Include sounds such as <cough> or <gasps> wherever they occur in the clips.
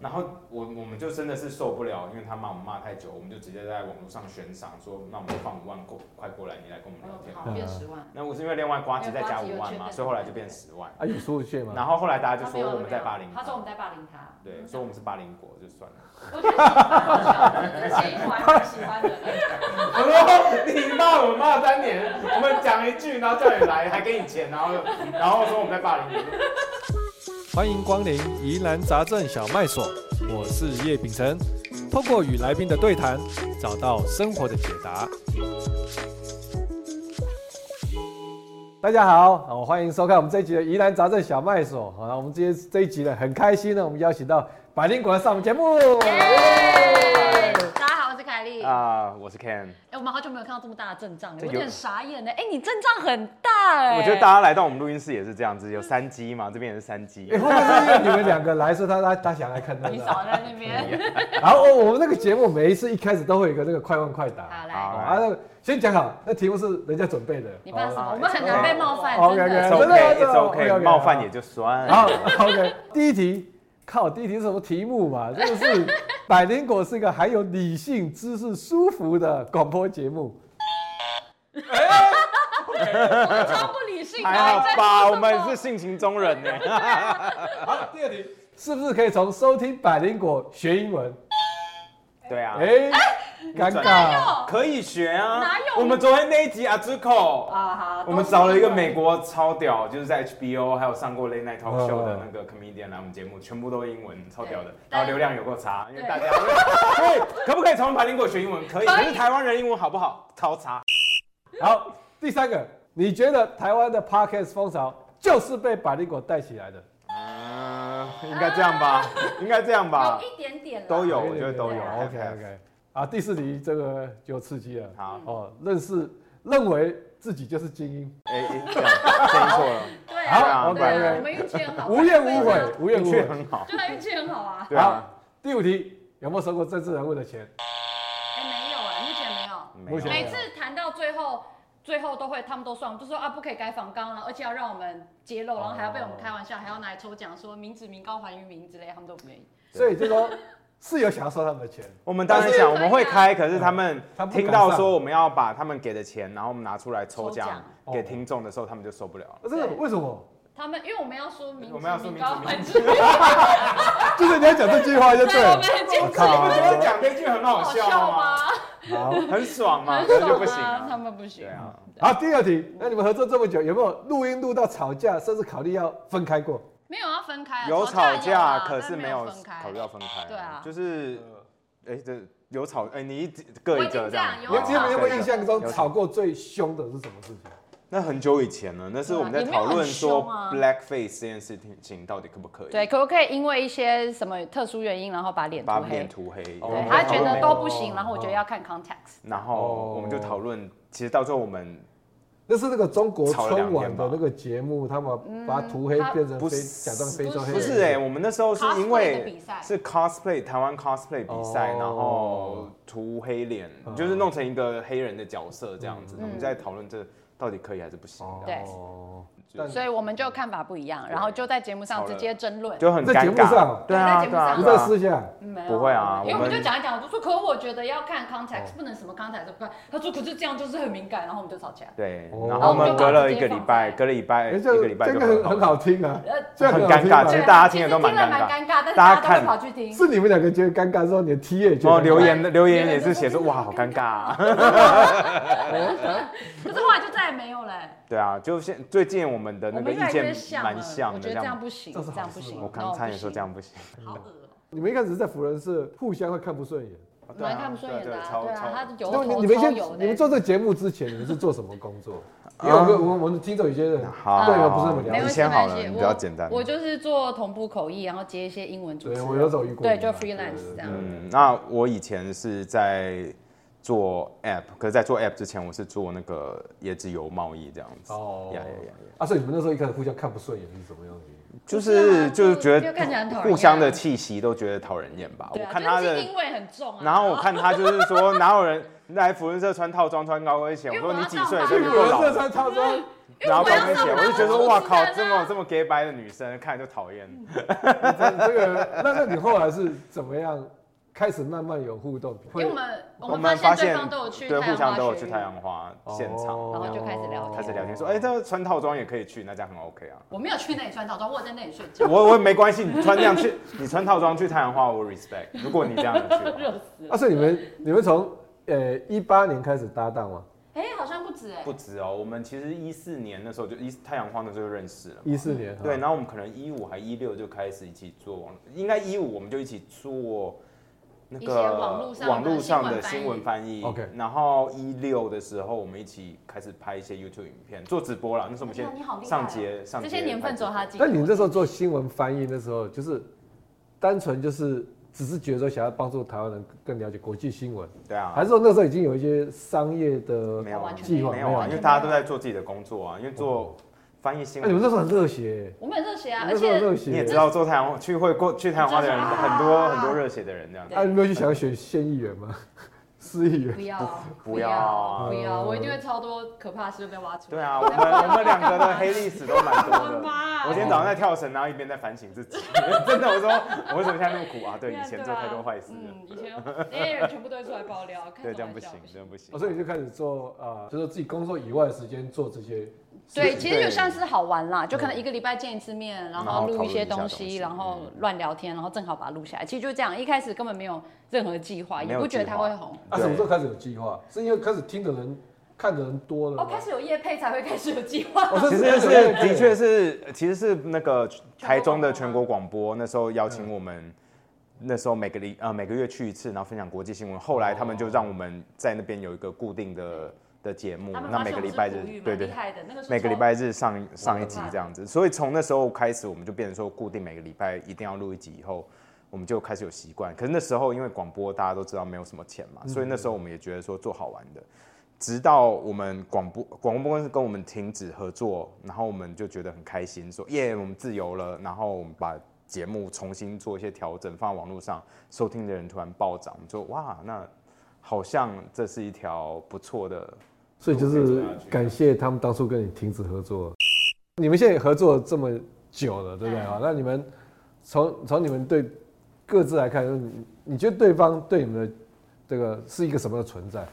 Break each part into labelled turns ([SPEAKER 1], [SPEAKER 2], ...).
[SPEAKER 1] 然后我我们就真的是受不了，因为他骂我们骂太久，我们就直接在网络上悬赏说，那我们放五万过快过来，你来跟我们聊
[SPEAKER 2] 哦
[SPEAKER 1] 天。
[SPEAKER 2] 好变十万，
[SPEAKER 1] 那我是因为另外瓜吉再加
[SPEAKER 2] 因为
[SPEAKER 1] 五
[SPEAKER 2] 瓜
[SPEAKER 1] 万
[SPEAKER 2] 吉有
[SPEAKER 1] 嘛，
[SPEAKER 2] 权
[SPEAKER 1] 所以后来就变十万。
[SPEAKER 3] 啊，有出去吗？
[SPEAKER 1] 然后后来大家就
[SPEAKER 2] 他没有
[SPEAKER 1] 说我们在
[SPEAKER 2] 没有
[SPEAKER 1] 霸凌
[SPEAKER 2] 他
[SPEAKER 1] 他，
[SPEAKER 2] 说我们在霸凌他，嗯
[SPEAKER 1] 对，说我们是霸凌国就算了。
[SPEAKER 2] 我觉得很好笑， <laughs> 这是一款蛮喜
[SPEAKER 1] <laughs>
[SPEAKER 2] 欢的。
[SPEAKER 1] 我说 <laughs> 你骂我骂三年，我们讲一句，然后叫你来，还给你钱，然后然后说我们在霸凌你。
[SPEAKER 4] 欢迎光临疑难杂症小卖所，我是叶秉承。透过与来宾的对谈，找到生活的解答。
[SPEAKER 3] 大家好，好欢迎收看我们这一集的宜兰杂志小卖所。好了，我们今天这一集呢，很开心呢，我们邀请到百灵果来上我们节目。哎
[SPEAKER 2] 耶！大家好，我是凯莉。哎、
[SPEAKER 1] 啊、我是 Ken，
[SPEAKER 2] 我们好久没有看到这么大的阵仗了，
[SPEAKER 1] 这
[SPEAKER 2] 我有
[SPEAKER 1] 有
[SPEAKER 2] 点傻眼呢。哎、你阵仗很大哎、
[SPEAKER 1] 我觉得大家来到我们录音室也是这样子，有三机嘛，这边也是三 <laughs> 机
[SPEAKER 3] 哎、。会不会是因为你们两个来，所以他他他想来看那
[SPEAKER 2] <laughs> 你
[SPEAKER 3] 个？
[SPEAKER 2] 少在那
[SPEAKER 1] <laughs>
[SPEAKER 2] 边。
[SPEAKER 3] 然后我我们那个节目每一次一开始都会有一个那个快问快答。
[SPEAKER 2] 好
[SPEAKER 3] 好
[SPEAKER 2] 来，
[SPEAKER 1] 好
[SPEAKER 3] 啊，那个先讲好，那题目是人家准备的。
[SPEAKER 2] 你怕什么？
[SPEAKER 1] 好
[SPEAKER 2] 我们很难被冒犯，
[SPEAKER 3] 好
[SPEAKER 2] 真
[SPEAKER 3] OK，OK
[SPEAKER 2] 的。
[SPEAKER 1] It's
[SPEAKER 3] 真的真
[SPEAKER 1] OK，It's
[SPEAKER 3] 的
[SPEAKER 1] OK，,
[SPEAKER 3] OK，OK，
[SPEAKER 1] 冒犯也就算。
[SPEAKER 3] <laughs> 好，OK，第一题，靠，第一题是什么题目嘛？这
[SPEAKER 1] <laughs>
[SPEAKER 3] 个是百灵果是一个含有理性、知识、舒服的广播节目。
[SPEAKER 2] 我们超不理性的，
[SPEAKER 1] 还好
[SPEAKER 2] 在
[SPEAKER 1] 吧，
[SPEAKER 2] 说
[SPEAKER 1] 我
[SPEAKER 2] 什么
[SPEAKER 1] 们是性情中人呢。
[SPEAKER 3] 好，第二题是不是可以从收听百灵果学英文？
[SPEAKER 1] 对啊，
[SPEAKER 3] 哎、尴尬。
[SPEAKER 1] 可以学啊。
[SPEAKER 2] 哪有
[SPEAKER 1] 我们昨天那一集阿 z u k o
[SPEAKER 2] 啊好，
[SPEAKER 1] 我们找了一个美国超屌，就是在 HBO 还有上过 Late Night Talk Show 的那个 comedian 来我们节目，全部都英文，超屌的
[SPEAKER 2] 对。
[SPEAKER 1] 然后流量有够差，因为大家所以可不可以从百灵果学英文？可以，
[SPEAKER 2] 可
[SPEAKER 1] 可
[SPEAKER 2] 以
[SPEAKER 1] 是台湾人英文好不好？超差。
[SPEAKER 3] 好，第三个，你觉得台湾的 podcast 风潮就是被百灵果带起来的？
[SPEAKER 1] 嗯，应该这样吧，应该这样吧
[SPEAKER 2] 有，一点点啦
[SPEAKER 1] 都有，我觉得都有。
[SPEAKER 3] OK OK。啊，哎第四题这个就刺激了。
[SPEAKER 1] 好，
[SPEAKER 3] 哦，认识认为自己就是精英，
[SPEAKER 1] 哎，哎这样声音错了，
[SPEAKER 2] 对
[SPEAKER 3] 好
[SPEAKER 2] 啊，
[SPEAKER 3] OK，
[SPEAKER 2] 对啊，
[SPEAKER 3] OK
[SPEAKER 2] 我们运气很好，啊
[SPEAKER 3] 无怨无悔，无怨
[SPEAKER 1] 的
[SPEAKER 3] 无
[SPEAKER 1] 确
[SPEAKER 3] 悔。
[SPEAKER 1] 很好。
[SPEAKER 2] 对啊，运气很好啊。
[SPEAKER 1] 对啊，
[SPEAKER 3] 第五题，有没有收过政治人物的钱？
[SPEAKER 2] 哎、没有哎、目前没有。
[SPEAKER 1] 没有
[SPEAKER 3] 目前
[SPEAKER 2] 每次谈到最后，最后都会他们都算，就说啊不可以改访纲了，而且要让我们揭露，然后还要被
[SPEAKER 1] 哦
[SPEAKER 2] 我们开玩笑，还要拿来抽奖，说民脂民膏还于民之类，他们都不愿意。
[SPEAKER 3] 所以就说是有想要收他们的钱。
[SPEAKER 1] 我们当然想
[SPEAKER 2] 可以啊
[SPEAKER 1] 我们会开，可是他们
[SPEAKER 3] 他不敢
[SPEAKER 1] 听到
[SPEAKER 3] 上
[SPEAKER 1] 说我们要把他们给的钱，然后我们拿出来抽
[SPEAKER 2] 抽
[SPEAKER 1] 奖
[SPEAKER 2] 奖
[SPEAKER 1] 给听众的时候，他们就受不了了。
[SPEAKER 3] 这个为什么？
[SPEAKER 2] 他们因为我们要说民
[SPEAKER 1] 我们要
[SPEAKER 2] 脂
[SPEAKER 1] 说
[SPEAKER 2] 民
[SPEAKER 1] 民
[SPEAKER 2] 膏
[SPEAKER 1] 脂
[SPEAKER 2] 还
[SPEAKER 1] 民
[SPEAKER 2] 之类，
[SPEAKER 3] 就是你要讲这句话就对
[SPEAKER 2] 对，我
[SPEAKER 3] 了
[SPEAKER 1] <laughs>
[SPEAKER 2] 们。很精
[SPEAKER 3] 我
[SPEAKER 2] 致。
[SPEAKER 1] 你不觉得
[SPEAKER 3] 靠！
[SPEAKER 1] 讲这句很好笑吗？
[SPEAKER 2] 吗？
[SPEAKER 3] 好，
[SPEAKER 1] 很爽吗？
[SPEAKER 2] 很
[SPEAKER 1] 可是就
[SPEAKER 2] 爽
[SPEAKER 1] 不行
[SPEAKER 2] 啊，他
[SPEAKER 1] 啊。
[SPEAKER 2] 们不行
[SPEAKER 1] 对。啊，
[SPEAKER 3] 好，第二题，那你们合作这么久，有没有录音录到吵架，甚至考虑要分开过？
[SPEAKER 2] 没有要分开啊，
[SPEAKER 1] 有
[SPEAKER 2] 吵
[SPEAKER 1] 吵
[SPEAKER 2] 有啊
[SPEAKER 1] 架，可
[SPEAKER 2] 但
[SPEAKER 1] 是
[SPEAKER 2] 没
[SPEAKER 1] 没有
[SPEAKER 2] 分开
[SPEAKER 1] 考。虑到分开。
[SPEAKER 2] 对啊
[SPEAKER 1] 就是哎，这有吵哎，你一各
[SPEAKER 2] 我
[SPEAKER 1] 一
[SPEAKER 2] 已
[SPEAKER 1] 个
[SPEAKER 2] 经
[SPEAKER 1] 这
[SPEAKER 2] 这
[SPEAKER 1] 样
[SPEAKER 2] 样，
[SPEAKER 3] 你们
[SPEAKER 2] 有
[SPEAKER 3] 记不记
[SPEAKER 2] 有啊
[SPEAKER 3] 得印象中
[SPEAKER 1] 哦有
[SPEAKER 3] 吵过最凶的是什么事情？
[SPEAKER 1] 那很久以前了，那是
[SPEAKER 2] 对啊
[SPEAKER 1] 我们在
[SPEAKER 2] 你没有
[SPEAKER 1] 讨论
[SPEAKER 2] 很
[SPEAKER 1] 说
[SPEAKER 2] 凶啊
[SPEAKER 1] blackface 这件事情到底可不可以？
[SPEAKER 2] 对，，可不可以因为一些什么特殊原因，然后把脸涂
[SPEAKER 1] 把
[SPEAKER 2] 黑
[SPEAKER 1] 脸？涂黑。
[SPEAKER 3] 哦
[SPEAKER 1] 我
[SPEAKER 2] 对，
[SPEAKER 1] 们
[SPEAKER 2] 他
[SPEAKER 1] 在讨
[SPEAKER 2] 觉
[SPEAKER 1] 论那
[SPEAKER 2] 得
[SPEAKER 1] 个
[SPEAKER 2] 都不行，然后我觉得要看 context。
[SPEAKER 1] 然后我们就讨论，其实到最后我们
[SPEAKER 3] 那是那个中国
[SPEAKER 1] 吵了两
[SPEAKER 3] 春
[SPEAKER 1] 天吧
[SPEAKER 3] 晚的那个节目，他们把涂黑
[SPEAKER 2] 嗯他
[SPEAKER 3] 变成
[SPEAKER 1] 不
[SPEAKER 3] 非
[SPEAKER 1] 是
[SPEAKER 3] 假装非洲黑人，
[SPEAKER 1] 不是哎、我们那时候是因
[SPEAKER 2] cosplay 的
[SPEAKER 1] 为
[SPEAKER 2] 比赛
[SPEAKER 1] 是 cosplay 台湾 cosplay 比赛，
[SPEAKER 3] 哦嗯
[SPEAKER 1] 然后涂黑脸，就是弄成一个黑人的角色这样子。我们在讨论这到底可以还是不行，
[SPEAKER 3] 哦
[SPEAKER 1] 这样
[SPEAKER 2] 对
[SPEAKER 1] 嗯
[SPEAKER 3] 但
[SPEAKER 2] 所以我们就看法不一样，然后就在节目上直接争论。
[SPEAKER 1] 就很尴尬。
[SPEAKER 3] 在节目上
[SPEAKER 1] 对啊，
[SPEAKER 2] 对在节目
[SPEAKER 1] 对啊，
[SPEAKER 2] 上
[SPEAKER 3] 不
[SPEAKER 1] 对
[SPEAKER 3] 在
[SPEAKER 1] 啊
[SPEAKER 3] 私下，
[SPEAKER 2] 嗯没有
[SPEAKER 1] 不会啊
[SPEAKER 2] 因为我们
[SPEAKER 1] 我们哦
[SPEAKER 2] 就讲一讲，我就说，可我觉得要看 context，不能什么 context 都不看。他说，可是这样就是很敏感，然后我们就吵架。
[SPEAKER 1] 对然后我
[SPEAKER 3] 哦，
[SPEAKER 2] 然后我们就
[SPEAKER 1] 们
[SPEAKER 2] 把
[SPEAKER 1] 隔了一个
[SPEAKER 2] 直
[SPEAKER 1] 礼
[SPEAKER 2] 接放
[SPEAKER 1] 拜，
[SPEAKER 2] 在
[SPEAKER 1] 隔了礼拜，
[SPEAKER 3] 哎
[SPEAKER 1] 一
[SPEAKER 3] 这
[SPEAKER 1] 个礼拜
[SPEAKER 3] 这
[SPEAKER 1] 就
[SPEAKER 3] 个很
[SPEAKER 1] 很
[SPEAKER 3] 很
[SPEAKER 1] 好
[SPEAKER 3] 好
[SPEAKER 1] 了。
[SPEAKER 3] 听啊，
[SPEAKER 2] 呃，
[SPEAKER 3] 这样
[SPEAKER 1] 很
[SPEAKER 3] 很好听吧
[SPEAKER 1] 尴尬其
[SPEAKER 2] 对
[SPEAKER 1] 实
[SPEAKER 2] 啊
[SPEAKER 1] 大家听了都蛮
[SPEAKER 2] 其实听了
[SPEAKER 1] 尴尬
[SPEAKER 2] 蛮尴尬，但是
[SPEAKER 1] 大家
[SPEAKER 2] 大家都
[SPEAKER 1] 看
[SPEAKER 2] 会跑去
[SPEAKER 1] <laughs>
[SPEAKER 2] 听。
[SPEAKER 3] 是你们两个觉得尴尬之后，你的 T 也觉
[SPEAKER 1] 然
[SPEAKER 3] 得
[SPEAKER 1] 后哦
[SPEAKER 3] 尴尬
[SPEAKER 1] 留言留言也
[SPEAKER 2] 留言
[SPEAKER 1] 是写说
[SPEAKER 2] 都是
[SPEAKER 1] 哇好尴尬、啊， <laughs>
[SPEAKER 2] 可是后来就再也没有了。
[SPEAKER 1] 对啊，就现最近我们的
[SPEAKER 2] 我
[SPEAKER 1] 那个
[SPEAKER 2] 们
[SPEAKER 1] 意
[SPEAKER 2] 越来越
[SPEAKER 1] 见
[SPEAKER 2] 像了
[SPEAKER 1] 蛮像
[SPEAKER 2] 我
[SPEAKER 1] 的
[SPEAKER 2] 觉
[SPEAKER 1] 这
[SPEAKER 2] 得这样
[SPEAKER 1] 样。
[SPEAKER 2] 不行，
[SPEAKER 3] 这是好
[SPEAKER 2] 这样不
[SPEAKER 3] 事啊
[SPEAKER 2] 行。
[SPEAKER 3] 吗
[SPEAKER 1] 我
[SPEAKER 2] 那
[SPEAKER 1] 刚差点说
[SPEAKER 2] 不行
[SPEAKER 1] 这样不行，
[SPEAKER 2] 好恶哦，
[SPEAKER 3] 你们一开始在辅仁是互相会看不顺眼，
[SPEAKER 2] 我们看不顺眼的啊，对啊，他的油
[SPEAKER 3] 那你
[SPEAKER 2] 头
[SPEAKER 3] 你们
[SPEAKER 2] 超
[SPEAKER 3] 先
[SPEAKER 2] 油的。
[SPEAKER 3] 你们做这个节目之前，你们是做什么工
[SPEAKER 1] <laughs>
[SPEAKER 3] 作？因为我们我们我们听众有些人
[SPEAKER 1] 好，
[SPEAKER 3] 对我不是那么
[SPEAKER 2] 没
[SPEAKER 3] 了
[SPEAKER 2] 关
[SPEAKER 1] 你
[SPEAKER 3] 解，
[SPEAKER 2] 系，
[SPEAKER 1] 先好
[SPEAKER 2] 没
[SPEAKER 1] 了，
[SPEAKER 2] 关
[SPEAKER 1] 你
[SPEAKER 2] 系我
[SPEAKER 1] 比较简单。
[SPEAKER 2] 我就是做同步口译，然后接一些英文主持
[SPEAKER 3] 对。我有时候遇过，
[SPEAKER 2] 对，就 freelance 这样。
[SPEAKER 1] 嗯，那我以前是在做 app，可是在做 app 之前，我是做那个椰子油贸易这样子。
[SPEAKER 3] 哦
[SPEAKER 1] 呀呀呀呀，
[SPEAKER 3] 啊，所以你们那时候一开始互相看不顺眼是什么样子？
[SPEAKER 1] 就
[SPEAKER 2] 不是啊
[SPEAKER 1] 是就是觉
[SPEAKER 2] 就看起来很讨
[SPEAKER 1] 得
[SPEAKER 2] 人厌啊
[SPEAKER 1] 互相的气息都觉得讨人厌吧。
[SPEAKER 2] 对
[SPEAKER 1] 我
[SPEAKER 2] 啊，
[SPEAKER 1] 看他
[SPEAKER 2] 就是
[SPEAKER 1] 的，
[SPEAKER 2] 因为很重啊。
[SPEAKER 1] 然后我看他就是
[SPEAKER 2] <laughs>
[SPEAKER 1] 说，哪有人来福伦社穿套装穿高跟鞋？
[SPEAKER 2] 因
[SPEAKER 1] 我说
[SPEAKER 2] 为我要
[SPEAKER 1] 你几岁
[SPEAKER 2] 上班
[SPEAKER 1] 就
[SPEAKER 2] 啊
[SPEAKER 1] 够
[SPEAKER 3] 有人
[SPEAKER 1] 老
[SPEAKER 3] 这
[SPEAKER 1] 了？
[SPEAKER 3] 穿套装，
[SPEAKER 2] 因为
[SPEAKER 1] 然后
[SPEAKER 2] 我
[SPEAKER 1] 旁
[SPEAKER 2] 要
[SPEAKER 1] 边
[SPEAKER 2] 上
[SPEAKER 1] 写，
[SPEAKER 2] 班
[SPEAKER 1] 我就觉得哇靠，这
[SPEAKER 2] 真
[SPEAKER 1] 么
[SPEAKER 2] 的
[SPEAKER 1] 这么 gay 白的女生，看着就讨厌。
[SPEAKER 2] 嗯
[SPEAKER 3] 这这个，那那你后来是怎么样开始慢慢有互动？
[SPEAKER 2] 因
[SPEAKER 1] 会
[SPEAKER 2] 为我们我们发现对方都有去
[SPEAKER 1] 对
[SPEAKER 2] 太
[SPEAKER 1] 互
[SPEAKER 2] 阳
[SPEAKER 1] 相
[SPEAKER 2] 花
[SPEAKER 1] 都有
[SPEAKER 2] 学
[SPEAKER 1] 去
[SPEAKER 2] 运
[SPEAKER 1] 太阳花现
[SPEAKER 3] 哦
[SPEAKER 1] 场，
[SPEAKER 2] 然后就开始聊天
[SPEAKER 1] 开始聊天说，哎，这穿套装也可以去，那这样很 OK 啊。
[SPEAKER 2] 我没有去那里穿套装，我有在那里睡觉，
[SPEAKER 1] 我我没关系，你穿这样去，你穿套装去太阳花，我 respect。如果你这样的去的话，
[SPEAKER 2] <laughs> 热死了。
[SPEAKER 3] 啊，所以你们你们从呃一八年开始搭档吗？
[SPEAKER 2] <laughs> 哎、好像不止哎、
[SPEAKER 1] 不止哦，我们其实一四年那时候就一太阳花那时候就认识了嘛。
[SPEAKER 3] 一四
[SPEAKER 2] 啊
[SPEAKER 3] 年，
[SPEAKER 1] 对，
[SPEAKER 3] 哈，
[SPEAKER 1] 然后我们可能一五还一六就开始一起做网，应该一五我们就一起做那
[SPEAKER 2] 一
[SPEAKER 1] 个
[SPEAKER 2] 些网络上的
[SPEAKER 1] 网络上的新
[SPEAKER 2] 新闻
[SPEAKER 1] 闻翻译。
[SPEAKER 3] OK
[SPEAKER 1] 然后一六的时候，我们一起开始拍一些 YouTube 影片，做直播了。那时候我们
[SPEAKER 2] 哎呀你好厉
[SPEAKER 1] 先
[SPEAKER 2] 害
[SPEAKER 1] 上街上
[SPEAKER 2] 这
[SPEAKER 1] 街
[SPEAKER 2] 些年份只有
[SPEAKER 1] 走
[SPEAKER 2] 他记得。
[SPEAKER 3] 那你这时候做新闻翻译的时候，就是单纯就是只是觉得说想要帮助台湾人更了解国际新闻，
[SPEAKER 1] 对啊，
[SPEAKER 3] 还是说那时候已经有一些商业的
[SPEAKER 1] 没有啊
[SPEAKER 2] 完全
[SPEAKER 3] 计划
[SPEAKER 1] 没
[SPEAKER 3] 没
[SPEAKER 1] 有
[SPEAKER 3] 有哦
[SPEAKER 1] 啊，因为大家都在做自己的工作啊，因为做翻译新
[SPEAKER 3] 哎，你
[SPEAKER 1] 闻。
[SPEAKER 3] 们那时候很热血，
[SPEAKER 2] 我们很热血啊，
[SPEAKER 3] 那
[SPEAKER 2] 而
[SPEAKER 3] 时候很
[SPEAKER 2] 且
[SPEAKER 3] 热血，
[SPEAKER 1] 你也知道，做太阳去会过去太阳花的人
[SPEAKER 2] 就是
[SPEAKER 1] 很多很多热血的人这样。
[SPEAKER 3] 啊，你没有去想选县议员吗？ <laughs> 市议员
[SPEAKER 2] 不要
[SPEAKER 1] 不要啊
[SPEAKER 2] 不要，
[SPEAKER 3] 嗯
[SPEAKER 2] 我一定会超多可怕的事被挖出来。
[SPEAKER 1] 对啊，我们我们两个的黑历史都蛮多
[SPEAKER 2] 我
[SPEAKER 1] 的
[SPEAKER 2] <laughs> 的。妈呀！
[SPEAKER 1] 啊我今天早上在跳绳，然后一边在反省自己， <laughs> 真的，我说我为什么现在那么苦啊？对，以前做太多坏事了，
[SPEAKER 2] 嗯，以前那些人全部都会出来爆
[SPEAKER 1] <laughs>
[SPEAKER 2] 料，看
[SPEAKER 1] 对，这
[SPEAKER 2] 怎
[SPEAKER 1] 样
[SPEAKER 2] 么
[SPEAKER 1] 不
[SPEAKER 2] 笑
[SPEAKER 1] 行，这样不行
[SPEAKER 3] 哦，。所以你就开始做呃，就是自己工作以外的时间做这些。
[SPEAKER 2] 对，
[SPEAKER 1] 是
[SPEAKER 2] 其实就
[SPEAKER 1] 对
[SPEAKER 2] 像是好玩啦，就可能一个礼拜见一次面，然后录一些东西，
[SPEAKER 1] 然
[SPEAKER 2] 然
[SPEAKER 1] 后讨论一下东西嗯
[SPEAKER 2] 后乱聊天，然后正好把它录下来。其实就这样，一开始根本没有任何计划，
[SPEAKER 1] 没
[SPEAKER 2] 也
[SPEAKER 1] 有
[SPEAKER 2] 不觉得他
[SPEAKER 1] 计划
[SPEAKER 2] 会红。
[SPEAKER 3] 啊，
[SPEAKER 1] 对
[SPEAKER 3] 什么时候开始有计划？是因为开始听的人、看的人多了
[SPEAKER 2] 哦，
[SPEAKER 3] 吗？
[SPEAKER 2] 开始有业配才会开始有计划。
[SPEAKER 3] 哦，
[SPEAKER 1] 其
[SPEAKER 3] 这
[SPEAKER 1] 实
[SPEAKER 3] 这
[SPEAKER 1] 是
[SPEAKER 3] 这
[SPEAKER 1] 的确是，其实是那个台中的
[SPEAKER 2] 全
[SPEAKER 1] 全
[SPEAKER 2] 国
[SPEAKER 1] 国广播那时候邀请我们，那时候每个礼呃每个月去一次，然后分享国际新闻。后来他们就让我们在那边有一个固定的的节
[SPEAKER 2] <laughs>
[SPEAKER 1] 目
[SPEAKER 2] 哦他们，
[SPEAKER 1] 嗯那
[SPEAKER 2] 发
[SPEAKER 1] 每
[SPEAKER 2] 现
[SPEAKER 1] 个
[SPEAKER 2] 我
[SPEAKER 1] 礼
[SPEAKER 2] 是
[SPEAKER 1] 拜
[SPEAKER 2] 璞
[SPEAKER 1] 日
[SPEAKER 2] 玉，
[SPEAKER 1] 对
[SPEAKER 2] 蛮
[SPEAKER 1] 对
[SPEAKER 2] 厉。害的，那个时候
[SPEAKER 1] 每个礼拜日上上一集
[SPEAKER 2] 哇
[SPEAKER 1] 这样子，所以从那时候开始，我们就变成说固定每个礼拜一定要录一集，以后我们就开始有习惯。可是那时候因为广播大家都知道没有什么钱嘛，所以那时候我们也觉得说做好玩的。直到我们广播广播公司跟我们停止合作，然后我们就觉得很开心，说耶，我们自由了。然后我们把节目重新做一些调整，放在网络上，收听的人突然暴涨，我们说哇，那好像这是一条不错的
[SPEAKER 3] 所以就是感谢他们当初跟你停止合作。你们现在合作这么久了，对不对
[SPEAKER 2] 嗯
[SPEAKER 3] 啊？那你们从从你们对各自来看，你你觉得对方对你们的这个是一个什么样的存在？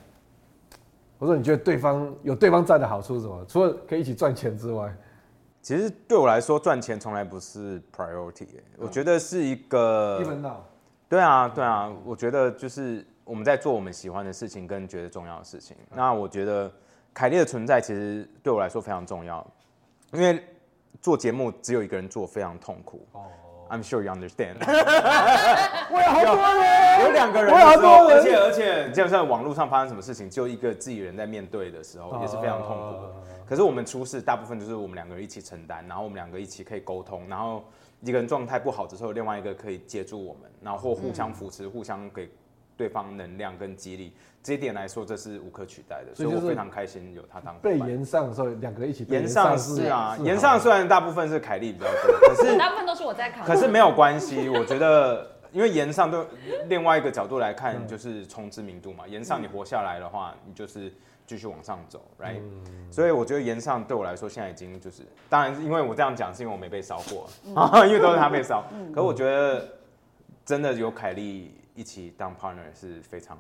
[SPEAKER 3] 我说你觉得对方有对方站的好处是什么？除了可以一起赚钱之外，
[SPEAKER 1] 其实对我来说，赚钱从来不是 priority，、欸我觉得是一个
[SPEAKER 3] 嗯一分嗯到
[SPEAKER 1] 对啊，对啊，我觉得就是我们在做我们喜欢的事情跟觉得重要的事情。
[SPEAKER 3] 嗯
[SPEAKER 1] 那我觉得凯莉的存在其实对我来说非常重要，因为做节目只有一个人做非常痛苦。
[SPEAKER 3] 哦，
[SPEAKER 1] I'm sure you
[SPEAKER 3] <laughs>
[SPEAKER 1] understand 。
[SPEAKER 3] 我有好多人，
[SPEAKER 1] 有两个人
[SPEAKER 3] 我
[SPEAKER 1] 的
[SPEAKER 3] 有好
[SPEAKER 1] 时候，
[SPEAKER 3] 多人
[SPEAKER 1] 而且而且，就算网络上发生什么事情，只有一个自己人在面对的时候，也是非常痛苦
[SPEAKER 3] 哦
[SPEAKER 1] 的。可是我们出事，大部分就是我们两个人一起承担，然后我们两个一起可以沟通，然后一个人状态不好的时候，另外一个可以接住我们，然后或互相扶持，互相给对方能量跟激励。这一点来说，这是无可取代的，所
[SPEAKER 3] 所以
[SPEAKER 1] 以
[SPEAKER 3] 就
[SPEAKER 1] 我
[SPEAKER 3] 是
[SPEAKER 1] 非常开心有他当伙
[SPEAKER 3] 被
[SPEAKER 1] 伴。
[SPEAKER 3] 延上的时候，两个一起被
[SPEAKER 1] 延上
[SPEAKER 3] 是
[SPEAKER 1] 是啊，
[SPEAKER 3] 是
[SPEAKER 1] 延上虽然大部分是凯莉比较多，可是
[SPEAKER 2] 大部分都是我在 <laughs> 扛。
[SPEAKER 1] 可是没有关系，我觉得，因为延上对另外一个角度来
[SPEAKER 2] 嗯
[SPEAKER 1] 看，就是冲知名度嘛。延上你活下来的话，你就是继续往上走，right？、所以
[SPEAKER 2] 嗯
[SPEAKER 1] 我觉得延上对我来说现在已经就是，当然是因为我这样讲是因为我没被烧过，<laughs>
[SPEAKER 2] 嗯
[SPEAKER 1] 因为都是他被烧。可我觉得真的有凯莉一起当 partner 是非常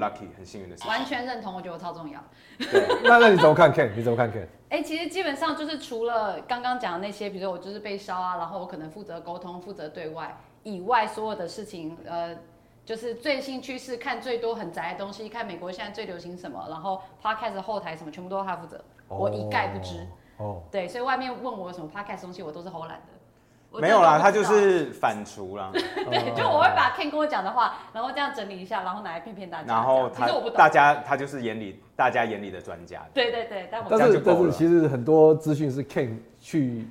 [SPEAKER 1] lucky 很幸运的事
[SPEAKER 2] 嗯完
[SPEAKER 1] 情。
[SPEAKER 2] 全认同，我觉得我超重要。
[SPEAKER 3] 那那你怎么看 Ken？你怎么看 Ken？
[SPEAKER 2] 哎、其实基本上就是除了刚刚讲的那些，比如说我就是被烧啊，然后我可能负责沟通、负责对外以外，所有的事情，呃，就是最新趋势，看最多很宅的东西，看美国现在最流行什么，然后 podcast 后台什么，全部都是他负责，我一概不知。
[SPEAKER 3] 哦。
[SPEAKER 2] 对，所以外面问我有什么 podcast 东西，我都是偷懒的。我
[SPEAKER 1] 没有啦，
[SPEAKER 2] 真的
[SPEAKER 1] 他
[SPEAKER 2] 都
[SPEAKER 1] 就
[SPEAKER 2] 不知道
[SPEAKER 1] 是反刍啦，<laughs>
[SPEAKER 3] 哦
[SPEAKER 2] 对， <laughs> 就我会把 Ken 跟我讲的话，然后这样整理一下，然后拿来骗骗大家这样。
[SPEAKER 1] 然后
[SPEAKER 2] 其实我不
[SPEAKER 1] 他
[SPEAKER 2] 懂
[SPEAKER 1] 大。家他就是眼里大家眼里的专家。
[SPEAKER 2] 对对对，但我
[SPEAKER 3] 但
[SPEAKER 1] 这样
[SPEAKER 3] 是
[SPEAKER 1] 就
[SPEAKER 3] 但
[SPEAKER 1] 够
[SPEAKER 3] 是，
[SPEAKER 1] 了
[SPEAKER 3] 其实很多资讯是 Ken 去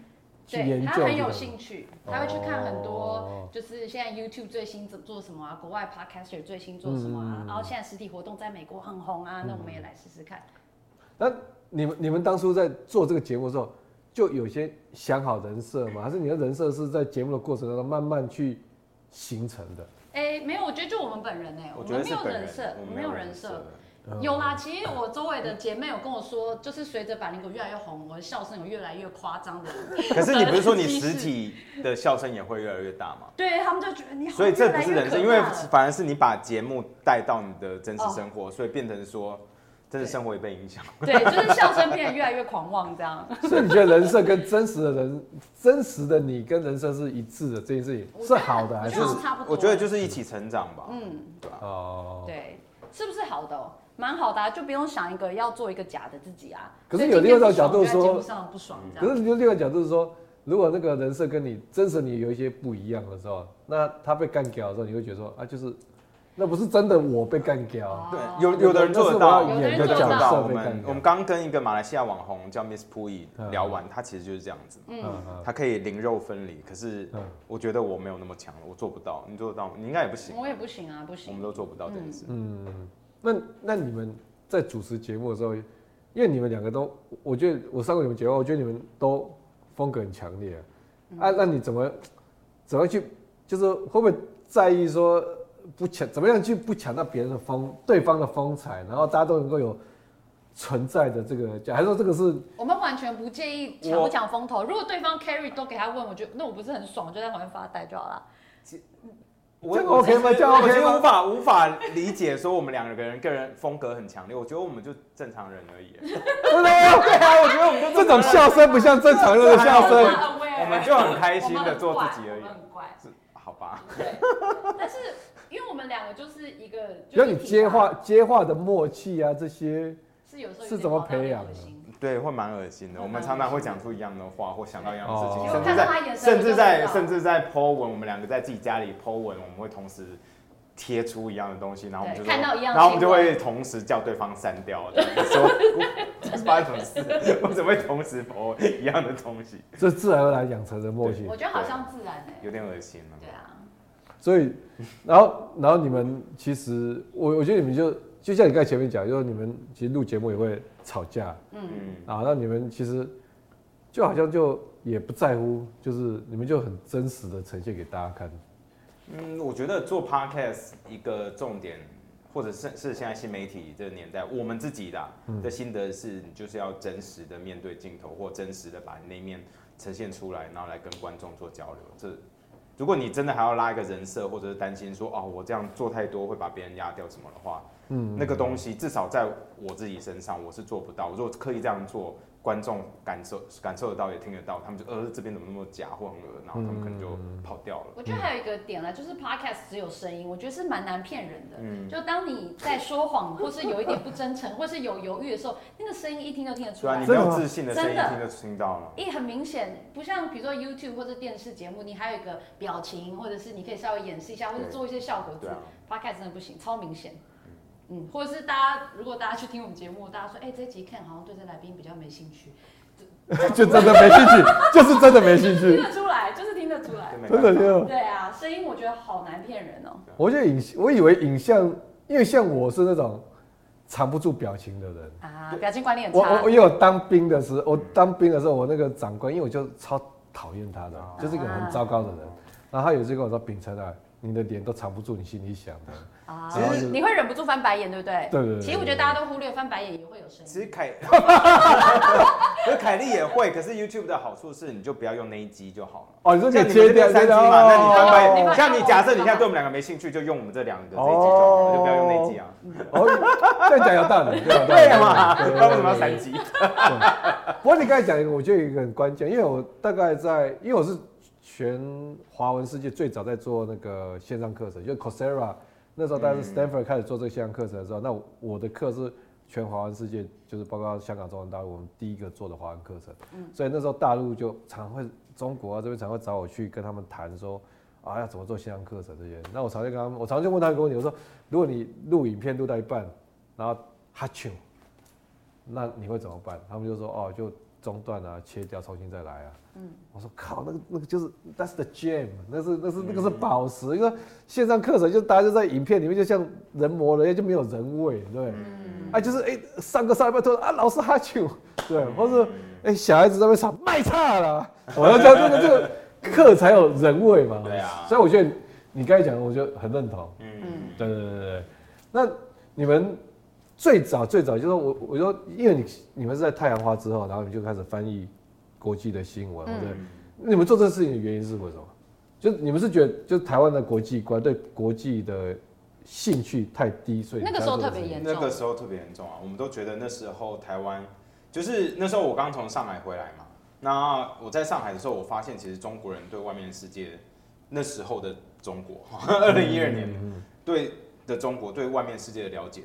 [SPEAKER 3] 去研
[SPEAKER 2] 对
[SPEAKER 3] 究
[SPEAKER 2] 他
[SPEAKER 3] 的。
[SPEAKER 2] 很有兴趣，他会去看很
[SPEAKER 3] 哦
[SPEAKER 2] 多，就是现在 YouTube 最新做做什么啊，国外 Podcaster 最新做什么
[SPEAKER 1] 嗯
[SPEAKER 2] 啊，然后现在实体活动在美国很红啊，那我们也来试试看。
[SPEAKER 3] 那你们你们当初在做这个节目的时候，就有些想好人设吗？还是你的人设是在节目的过程当中慢慢去形成的？
[SPEAKER 2] <laughs> 哎，没有，我觉得就我们本人哎，
[SPEAKER 1] 我觉得
[SPEAKER 2] 们没
[SPEAKER 1] 是
[SPEAKER 2] 有
[SPEAKER 1] 本
[SPEAKER 2] 人
[SPEAKER 1] 人嗯
[SPEAKER 2] 设，我
[SPEAKER 1] 我
[SPEAKER 2] 们没有人设，。有啦，其实我周围的姐妹有跟我说，就是随着百灵果越来越红，我的笑声有越来越夸
[SPEAKER 1] <laughs>
[SPEAKER 2] 张的。
[SPEAKER 1] 可是你不是说你实体的笑声也会越来越大吗？
[SPEAKER 2] 对他们就觉得你好，
[SPEAKER 1] 所以这不是人生，因
[SPEAKER 2] 越来
[SPEAKER 1] 为
[SPEAKER 2] 越可怕了哦
[SPEAKER 1] 反而是你把节目带到你的真实生活，所以变成说真实生活也被影
[SPEAKER 2] <laughs>
[SPEAKER 1] 响。
[SPEAKER 2] 对，就是笑声变得越来越狂妄这样。
[SPEAKER 3] 所以你觉得人设跟真实的人，真实的你跟人设是一致的，这件事情是好的还是
[SPEAKER 2] 我觉？得差不多
[SPEAKER 1] 我觉得就是一起成长吧。
[SPEAKER 2] 嗯，
[SPEAKER 3] 哦，
[SPEAKER 2] 对，是不是好的哦、蛮好的、啊，就不用想一个要做一个假的自己啊。
[SPEAKER 3] 可是
[SPEAKER 2] 所以今
[SPEAKER 3] 有另
[SPEAKER 2] 天
[SPEAKER 3] 外一
[SPEAKER 2] 不
[SPEAKER 3] 种
[SPEAKER 2] 爽
[SPEAKER 3] 角度
[SPEAKER 2] 就在节
[SPEAKER 3] 说
[SPEAKER 2] 目上不爽这
[SPEAKER 3] 可
[SPEAKER 2] 样。
[SPEAKER 3] 是你就另外讲，就是说，如果那个人设跟你真实你有一些不一样的时候，那他被干掉的时候，你会觉得说啊，就是那不是真的我被干掉，
[SPEAKER 1] 对
[SPEAKER 2] 哦，
[SPEAKER 1] 有有的人做得到，
[SPEAKER 2] 有的人
[SPEAKER 1] 有的人做得
[SPEAKER 2] 做得
[SPEAKER 1] 到。
[SPEAKER 3] 到
[SPEAKER 1] 我们我们刚跟一个马来西亚网红叫 Miss Pui 聊完，她其实就是这样子，
[SPEAKER 3] 嗯
[SPEAKER 2] 嗯，
[SPEAKER 3] 嗯
[SPEAKER 1] 她可以灵肉分离。可是
[SPEAKER 3] 嗯
[SPEAKER 1] 我觉得我没有那么强了，我做不到。你做得到吗？你应该也不行。
[SPEAKER 2] 我也不行啊，不
[SPEAKER 1] 我们
[SPEAKER 2] 行。
[SPEAKER 1] 都做不到这件事。
[SPEAKER 3] 嗯，那那你们在主持节目的时候，因为你们两个都，我觉得我上过你们节目，我觉得你们都风格很强烈
[SPEAKER 1] 嗯
[SPEAKER 3] 啊，啊，那你怎么怎么去，就是会不会在意说不抢，怎么样去不抢到别人的风，对方的风采，然后大家都能够有存在的这个价，还是说这个是
[SPEAKER 2] 我们完全不介意抢不抢风头。如果对方 carry 都给他问，我就那我不是很爽，我就在旁边发呆就好了。
[SPEAKER 1] 我
[SPEAKER 3] 这个
[SPEAKER 1] 我
[SPEAKER 3] OK 吗
[SPEAKER 1] 其实
[SPEAKER 3] 这样 OK
[SPEAKER 1] 我其实
[SPEAKER 3] 吗
[SPEAKER 1] 无法无法理解说我们两个人个人风格很强烈，我觉得我们就正常人而已。
[SPEAKER 3] 真的吗？
[SPEAKER 1] 对啊，我觉得我们就
[SPEAKER 3] 这种笑声不像正常人的
[SPEAKER 1] <laughs>
[SPEAKER 3] 笑
[SPEAKER 1] 对啊
[SPEAKER 2] 我们。
[SPEAKER 3] 声
[SPEAKER 2] 很 aware
[SPEAKER 1] 我们就很开心地做自己而已
[SPEAKER 2] 我们很怪
[SPEAKER 1] 是好吧？
[SPEAKER 2] 我们很怪对，但是因为我们两个就是一个，
[SPEAKER 3] 只要
[SPEAKER 2] 就
[SPEAKER 3] 你
[SPEAKER 2] 是
[SPEAKER 3] 接话接话的默契啊，这些
[SPEAKER 2] 是有时候有点
[SPEAKER 3] 是怎么培养的
[SPEAKER 2] 好到你恶心
[SPEAKER 1] 对，会蛮恶心的。
[SPEAKER 2] 嗯
[SPEAKER 1] 我们常常会讲出一样的话，或想到一样的事情，甚
[SPEAKER 2] 因
[SPEAKER 3] 哦
[SPEAKER 2] 为
[SPEAKER 1] 至
[SPEAKER 2] 我看到他眼
[SPEAKER 1] 在
[SPEAKER 2] 神
[SPEAKER 1] 甚至在
[SPEAKER 2] 我就知道
[SPEAKER 1] 甚至在 Po 文，我们两个在自己家里 Po 文，我们会同时贴出一样的东西，然后我们就
[SPEAKER 2] 对
[SPEAKER 1] 说
[SPEAKER 2] 看到一样的
[SPEAKER 1] 然后我们就
[SPEAKER 2] 新闻
[SPEAKER 1] 会同时叫对方删掉，这样子
[SPEAKER 2] <laughs>
[SPEAKER 1] 说这是发生什么事？我怎么会同时 Po 一样的东西？
[SPEAKER 3] 这自然而然养成的默契。
[SPEAKER 2] 我觉得好像自然哎、
[SPEAKER 1] 有点恶心了。
[SPEAKER 2] 对啊，
[SPEAKER 3] 所以，然后，然后你们其实，我我觉得你们就就像你刚才前面讲，就是你们其实录节目也会吵架
[SPEAKER 1] 嗯。
[SPEAKER 3] 啊，那你们其实就好像就也不在乎，就是你们就很真实的呈现给大家看。 <laughs>
[SPEAKER 1] 嗯，我觉得做 podcast 一个重点，或者是是现在新媒体这个年代，我们自己的啊、的心得是，你就是要真实的面对镜头，或真实的把那一面呈现出来，然后来跟观众做交流。这如果你真的还要拉一个人设，或者是担心说哦，我这样做太多会把别人压掉什么的话，
[SPEAKER 3] 嗯，
[SPEAKER 1] 那个东西至少在我自己身上我是做不到。如果刻意这样做，观众感受感受得到，也听得到，他们就呃这边怎么那么假或很恶，然后他们可能就跑掉了。
[SPEAKER 2] 我觉得还有一个点呢，就是 podcast 只有声音，我觉得是蛮难骗人的。
[SPEAKER 1] 嗯
[SPEAKER 2] 就当你在说谎，或是有一点不真诚，或是有犹豫的时候，那个声音一听就听得出
[SPEAKER 1] 对啊，
[SPEAKER 2] 来
[SPEAKER 1] 你。没
[SPEAKER 3] 真的
[SPEAKER 1] 有
[SPEAKER 3] 吗
[SPEAKER 1] 自信的声音
[SPEAKER 2] 真的
[SPEAKER 1] 听就听到了。
[SPEAKER 2] 一很明显，不像比如说 YouTube 或者电视节目，你还有一个表情，或者是你可以稍微演示一下，或者
[SPEAKER 1] 对
[SPEAKER 2] 做一些效果字
[SPEAKER 1] 对啊。
[SPEAKER 2] Podcast 真的不行，超明显。嗯，或者是大家如果大家去听我们节目，大家说，哎、这集看好像对这来宾比较没兴趣，
[SPEAKER 3] 就真的没兴趣，就是真的没兴
[SPEAKER 2] 听
[SPEAKER 3] 趣，
[SPEAKER 2] 得出来，就是听得出来
[SPEAKER 1] 真。没
[SPEAKER 3] 真
[SPEAKER 1] 办
[SPEAKER 3] 的
[SPEAKER 1] 法
[SPEAKER 3] 就。
[SPEAKER 2] 对啊，声音我觉得好难骗人哦、
[SPEAKER 3] 我觉得影，我以为影像，因为像我是那种藏不住表情的人。
[SPEAKER 2] 啊，表情管理很
[SPEAKER 3] 我
[SPEAKER 2] 差
[SPEAKER 3] 我我。因为我当兵的时候，我当兵的时候，我那个长官，因为我就超讨厌他的
[SPEAKER 1] 哦，
[SPEAKER 3] 就是一个很糟糕的人。然后他有一次跟我说：“秉承啊，你的脸都藏不住你心里想的。
[SPEAKER 2] 啊
[SPEAKER 3] 然后就，
[SPEAKER 2] 你会忍不住翻白眼，对不对？
[SPEAKER 3] 对对对对
[SPEAKER 2] 其实我觉得大家都忽略翻白眼也会有声
[SPEAKER 1] 其
[SPEAKER 2] 音。
[SPEAKER 1] 实 <laughs> 凯，可是凯莉也会，可是 YouTube 的好处是，你就不要用那一机就好了。”
[SPEAKER 3] 哦，你说
[SPEAKER 1] 像
[SPEAKER 3] 你
[SPEAKER 1] 你
[SPEAKER 3] 切
[SPEAKER 1] 们
[SPEAKER 3] 掉
[SPEAKER 1] 这
[SPEAKER 3] 切
[SPEAKER 1] 三机
[SPEAKER 3] 掉，
[SPEAKER 1] 嘛，那你翻白
[SPEAKER 2] 哦
[SPEAKER 1] 眼。
[SPEAKER 2] 哦
[SPEAKER 1] 像你假设你现在对我们两个没兴趣，就用我们这两个这一集就好了，就不要用那一机啊。
[SPEAKER 3] 哦，这样讲有道理，这样有道理
[SPEAKER 1] 对嘛？不然为什么要三机？
[SPEAKER 3] 不过你刚才讲一个，我觉得有一个很关键，因为我大概在，因为我是全华文世界最早在做那个线上课程，就是 Coursera 那时候，但是 Stanford 开始做这个线上课程的时候，那我我的课是全华文世界，就是包括香港、中文大陆，我们第一个做的华文课程。所以那时候大陆就常会中国啊这边常会找我去跟他们谈说。啊，要怎么做线上课程这些？那我常就跟他们，我常就问他一个问题，我说：如果你录影片录到一半，然后哈啾，那你会怎么办？他们就说哦，就中断啊，切掉，重新再来啊。嗯，我说靠，那个那个就是 that's the gem，那是那是那个
[SPEAKER 1] 嗯
[SPEAKER 3] 是宝石。因为线上课程就是大家就在影片里面，就像人模人样，就没有人味，对。
[SPEAKER 1] <laughs> 嗯
[SPEAKER 3] 啊，就是哎、上个上一半突然啊，老师哈啾，对，或是哎、小孩子在那边吵卖差了，我要讲这个这个课才有人味嘛。
[SPEAKER 1] 对啊
[SPEAKER 3] 所以我觉得你刚才讲，的，我就很认同。
[SPEAKER 1] 嗯，
[SPEAKER 3] 对对对对对，那你们最早最早就是说我我说，因为你你们是在太阳花之后，然后你就开始翻译国际的新
[SPEAKER 2] 嗯
[SPEAKER 3] 闻，或者、那你们做这个事情的原因是为什么？就你们是觉得就是台湾的国际观对国际的兴趣太低，所以
[SPEAKER 2] 那个时候特别
[SPEAKER 3] 严。
[SPEAKER 2] 严
[SPEAKER 1] 那个
[SPEAKER 2] 重。
[SPEAKER 1] 时候特别严重啊，我们都觉得那时候台湾，就是那时候我刚从上海回来嘛。那我在上海的时候，我发现其实中国人对外面世界，那时候的中国， <laughs> 二零一二年对的中国对外面世界的了解，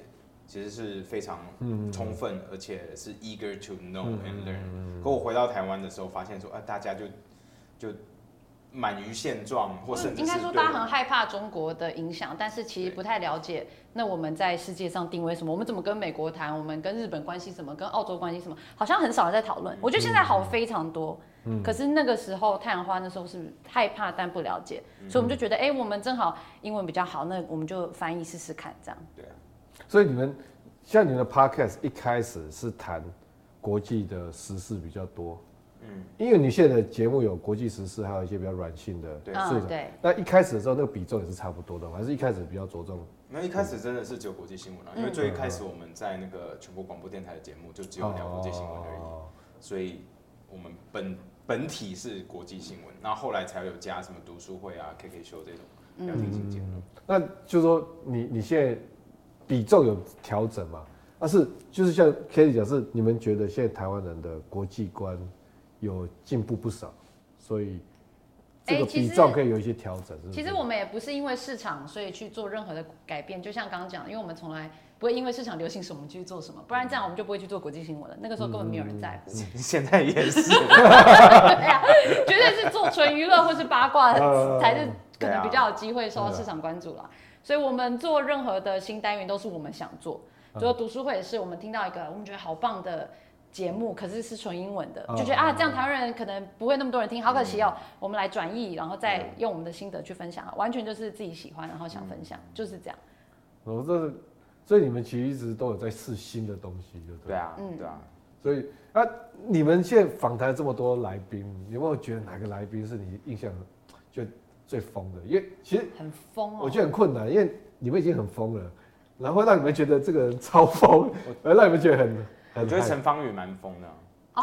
[SPEAKER 1] 其实是非常
[SPEAKER 3] 嗯
[SPEAKER 1] 充分，而且是 eager to know and learn。可我回到台湾的时候，发现说，啊，大家就就满于现状，或甚至
[SPEAKER 2] 嗯应
[SPEAKER 1] 是
[SPEAKER 2] 该说，
[SPEAKER 1] 对
[SPEAKER 2] 大家很害怕中国的影响，但是其实不太了解。那我们在世界上定位什么？我们怎么跟美国谈？我们跟日本关系什么？跟澳洲关系什么？好像很少人在讨
[SPEAKER 1] 嗯
[SPEAKER 2] 论。我觉得现在好非常多。可是那个时候太阳花那时候是害怕但不了解，所以我们就觉得，哎、我们正好英文比较好，那我们就翻译试试看，这样。
[SPEAKER 1] 对啊
[SPEAKER 3] 所以你们像你们的 podcast 一开始是谈国际的时事比较多，嗯，因为你现在的节目有国际时事，还有一些比较软性的
[SPEAKER 1] 对
[SPEAKER 3] 市
[SPEAKER 2] 嗯，
[SPEAKER 3] 场。
[SPEAKER 2] 对，
[SPEAKER 3] 那一开始的时候，那个比重也是差不多的吗，还是一开始比较着重
[SPEAKER 1] 那一开始真的是只有国际新闻啊，因
[SPEAKER 2] 嗯
[SPEAKER 1] 为最一
[SPEAKER 3] 嗯
[SPEAKER 1] 开始我们在那个全国广播电台的节目就只有聊国际新闻而已，
[SPEAKER 3] 哦
[SPEAKER 1] 所以我们本本体是国际新闻，然后后来才有加什么读书会啊、KK 秀这种
[SPEAKER 2] 嗯
[SPEAKER 1] 聊天型节目。
[SPEAKER 3] 那就是说你你现在比重有调整嘛？但是就是像 k a t i e 讲，是你们觉得现在台湾人的国际观有进步不少，所以这
[SPEAKER 2] 哎
[SPEAKER 3] 个
[SPEAKER 2] 其
[SPEAKER 3] 比
[SPEAKER 2] 实
[SPEAKER 3] 重可以有一些调整，是不是？
[SPEAKER 2] 其实我们也不是因为市场所以去做任何的改变，就像刚刚讲，因为我们从来不会因为市场流行什么我们去做什么，不然这样我们就不会去做国际新闻了。那个时候根本没有人在
[SPEAKER 3] 嗯
[SPEAKER 1] <laughs>
[SPEAKER 2] 乎，
[SPEAKER 1] 现在也是，
[SPEAKER 2] 对呀、绝对是做纯娱乐或是八卦
[SPEAKER 1] 啊
[SPEAKER 3] 呃
[SPEAKER 2] 才是可能比较有机会受到市场关注啦。所以我们做任何的新单元都是我们想做，
[SPEAKER 1] 嗯
[SPEAKER 2] 就说读书会也是我们听到一个我们觉得好棒的。节目可是是纯英文的，
[SPEAKER 3] 嗯
[SPEAKER 2] 就觉得啊，这样台湾人可能不会那么多人
[SPEAKER 1] 嗯
[SPEAKER 2] 听，好可惜哦。我们来转译，然后再用我们的心得去分享，啊完全就是自己喜欢，然后想分
[SPEAKER 1] 嗯
[SPEAKER 2] 享，就是这样。
[SPEAKER 3] 我哦这是，所以你们其实一直都有在试新的东西，对不 <laughs> 对？
[SPEAKER 1] 对。啊，
[SPEAKER 2] 嗯
[SPEAKER 1] 对啊，
[SPEAKER 3] 所以啊，你们现在访谈这么多来宾，有没有觉得哪个来宾是你印象就最疯的？因为其实
[SPEAKER 2] 很疯哦。
[SPEAKER 3] 我觉得很困难，因为你们已经很疯了，然后让你们觉得这个人超 <laughs> 疯，而让你们觉得很
[SPEAKER 1] 我
[SPEAKER 3] 很
[SPEAKER 1] 觉得
[SPEAKER 3] 害
[SPEAKER 1] 陈方宇蛮疯的啊，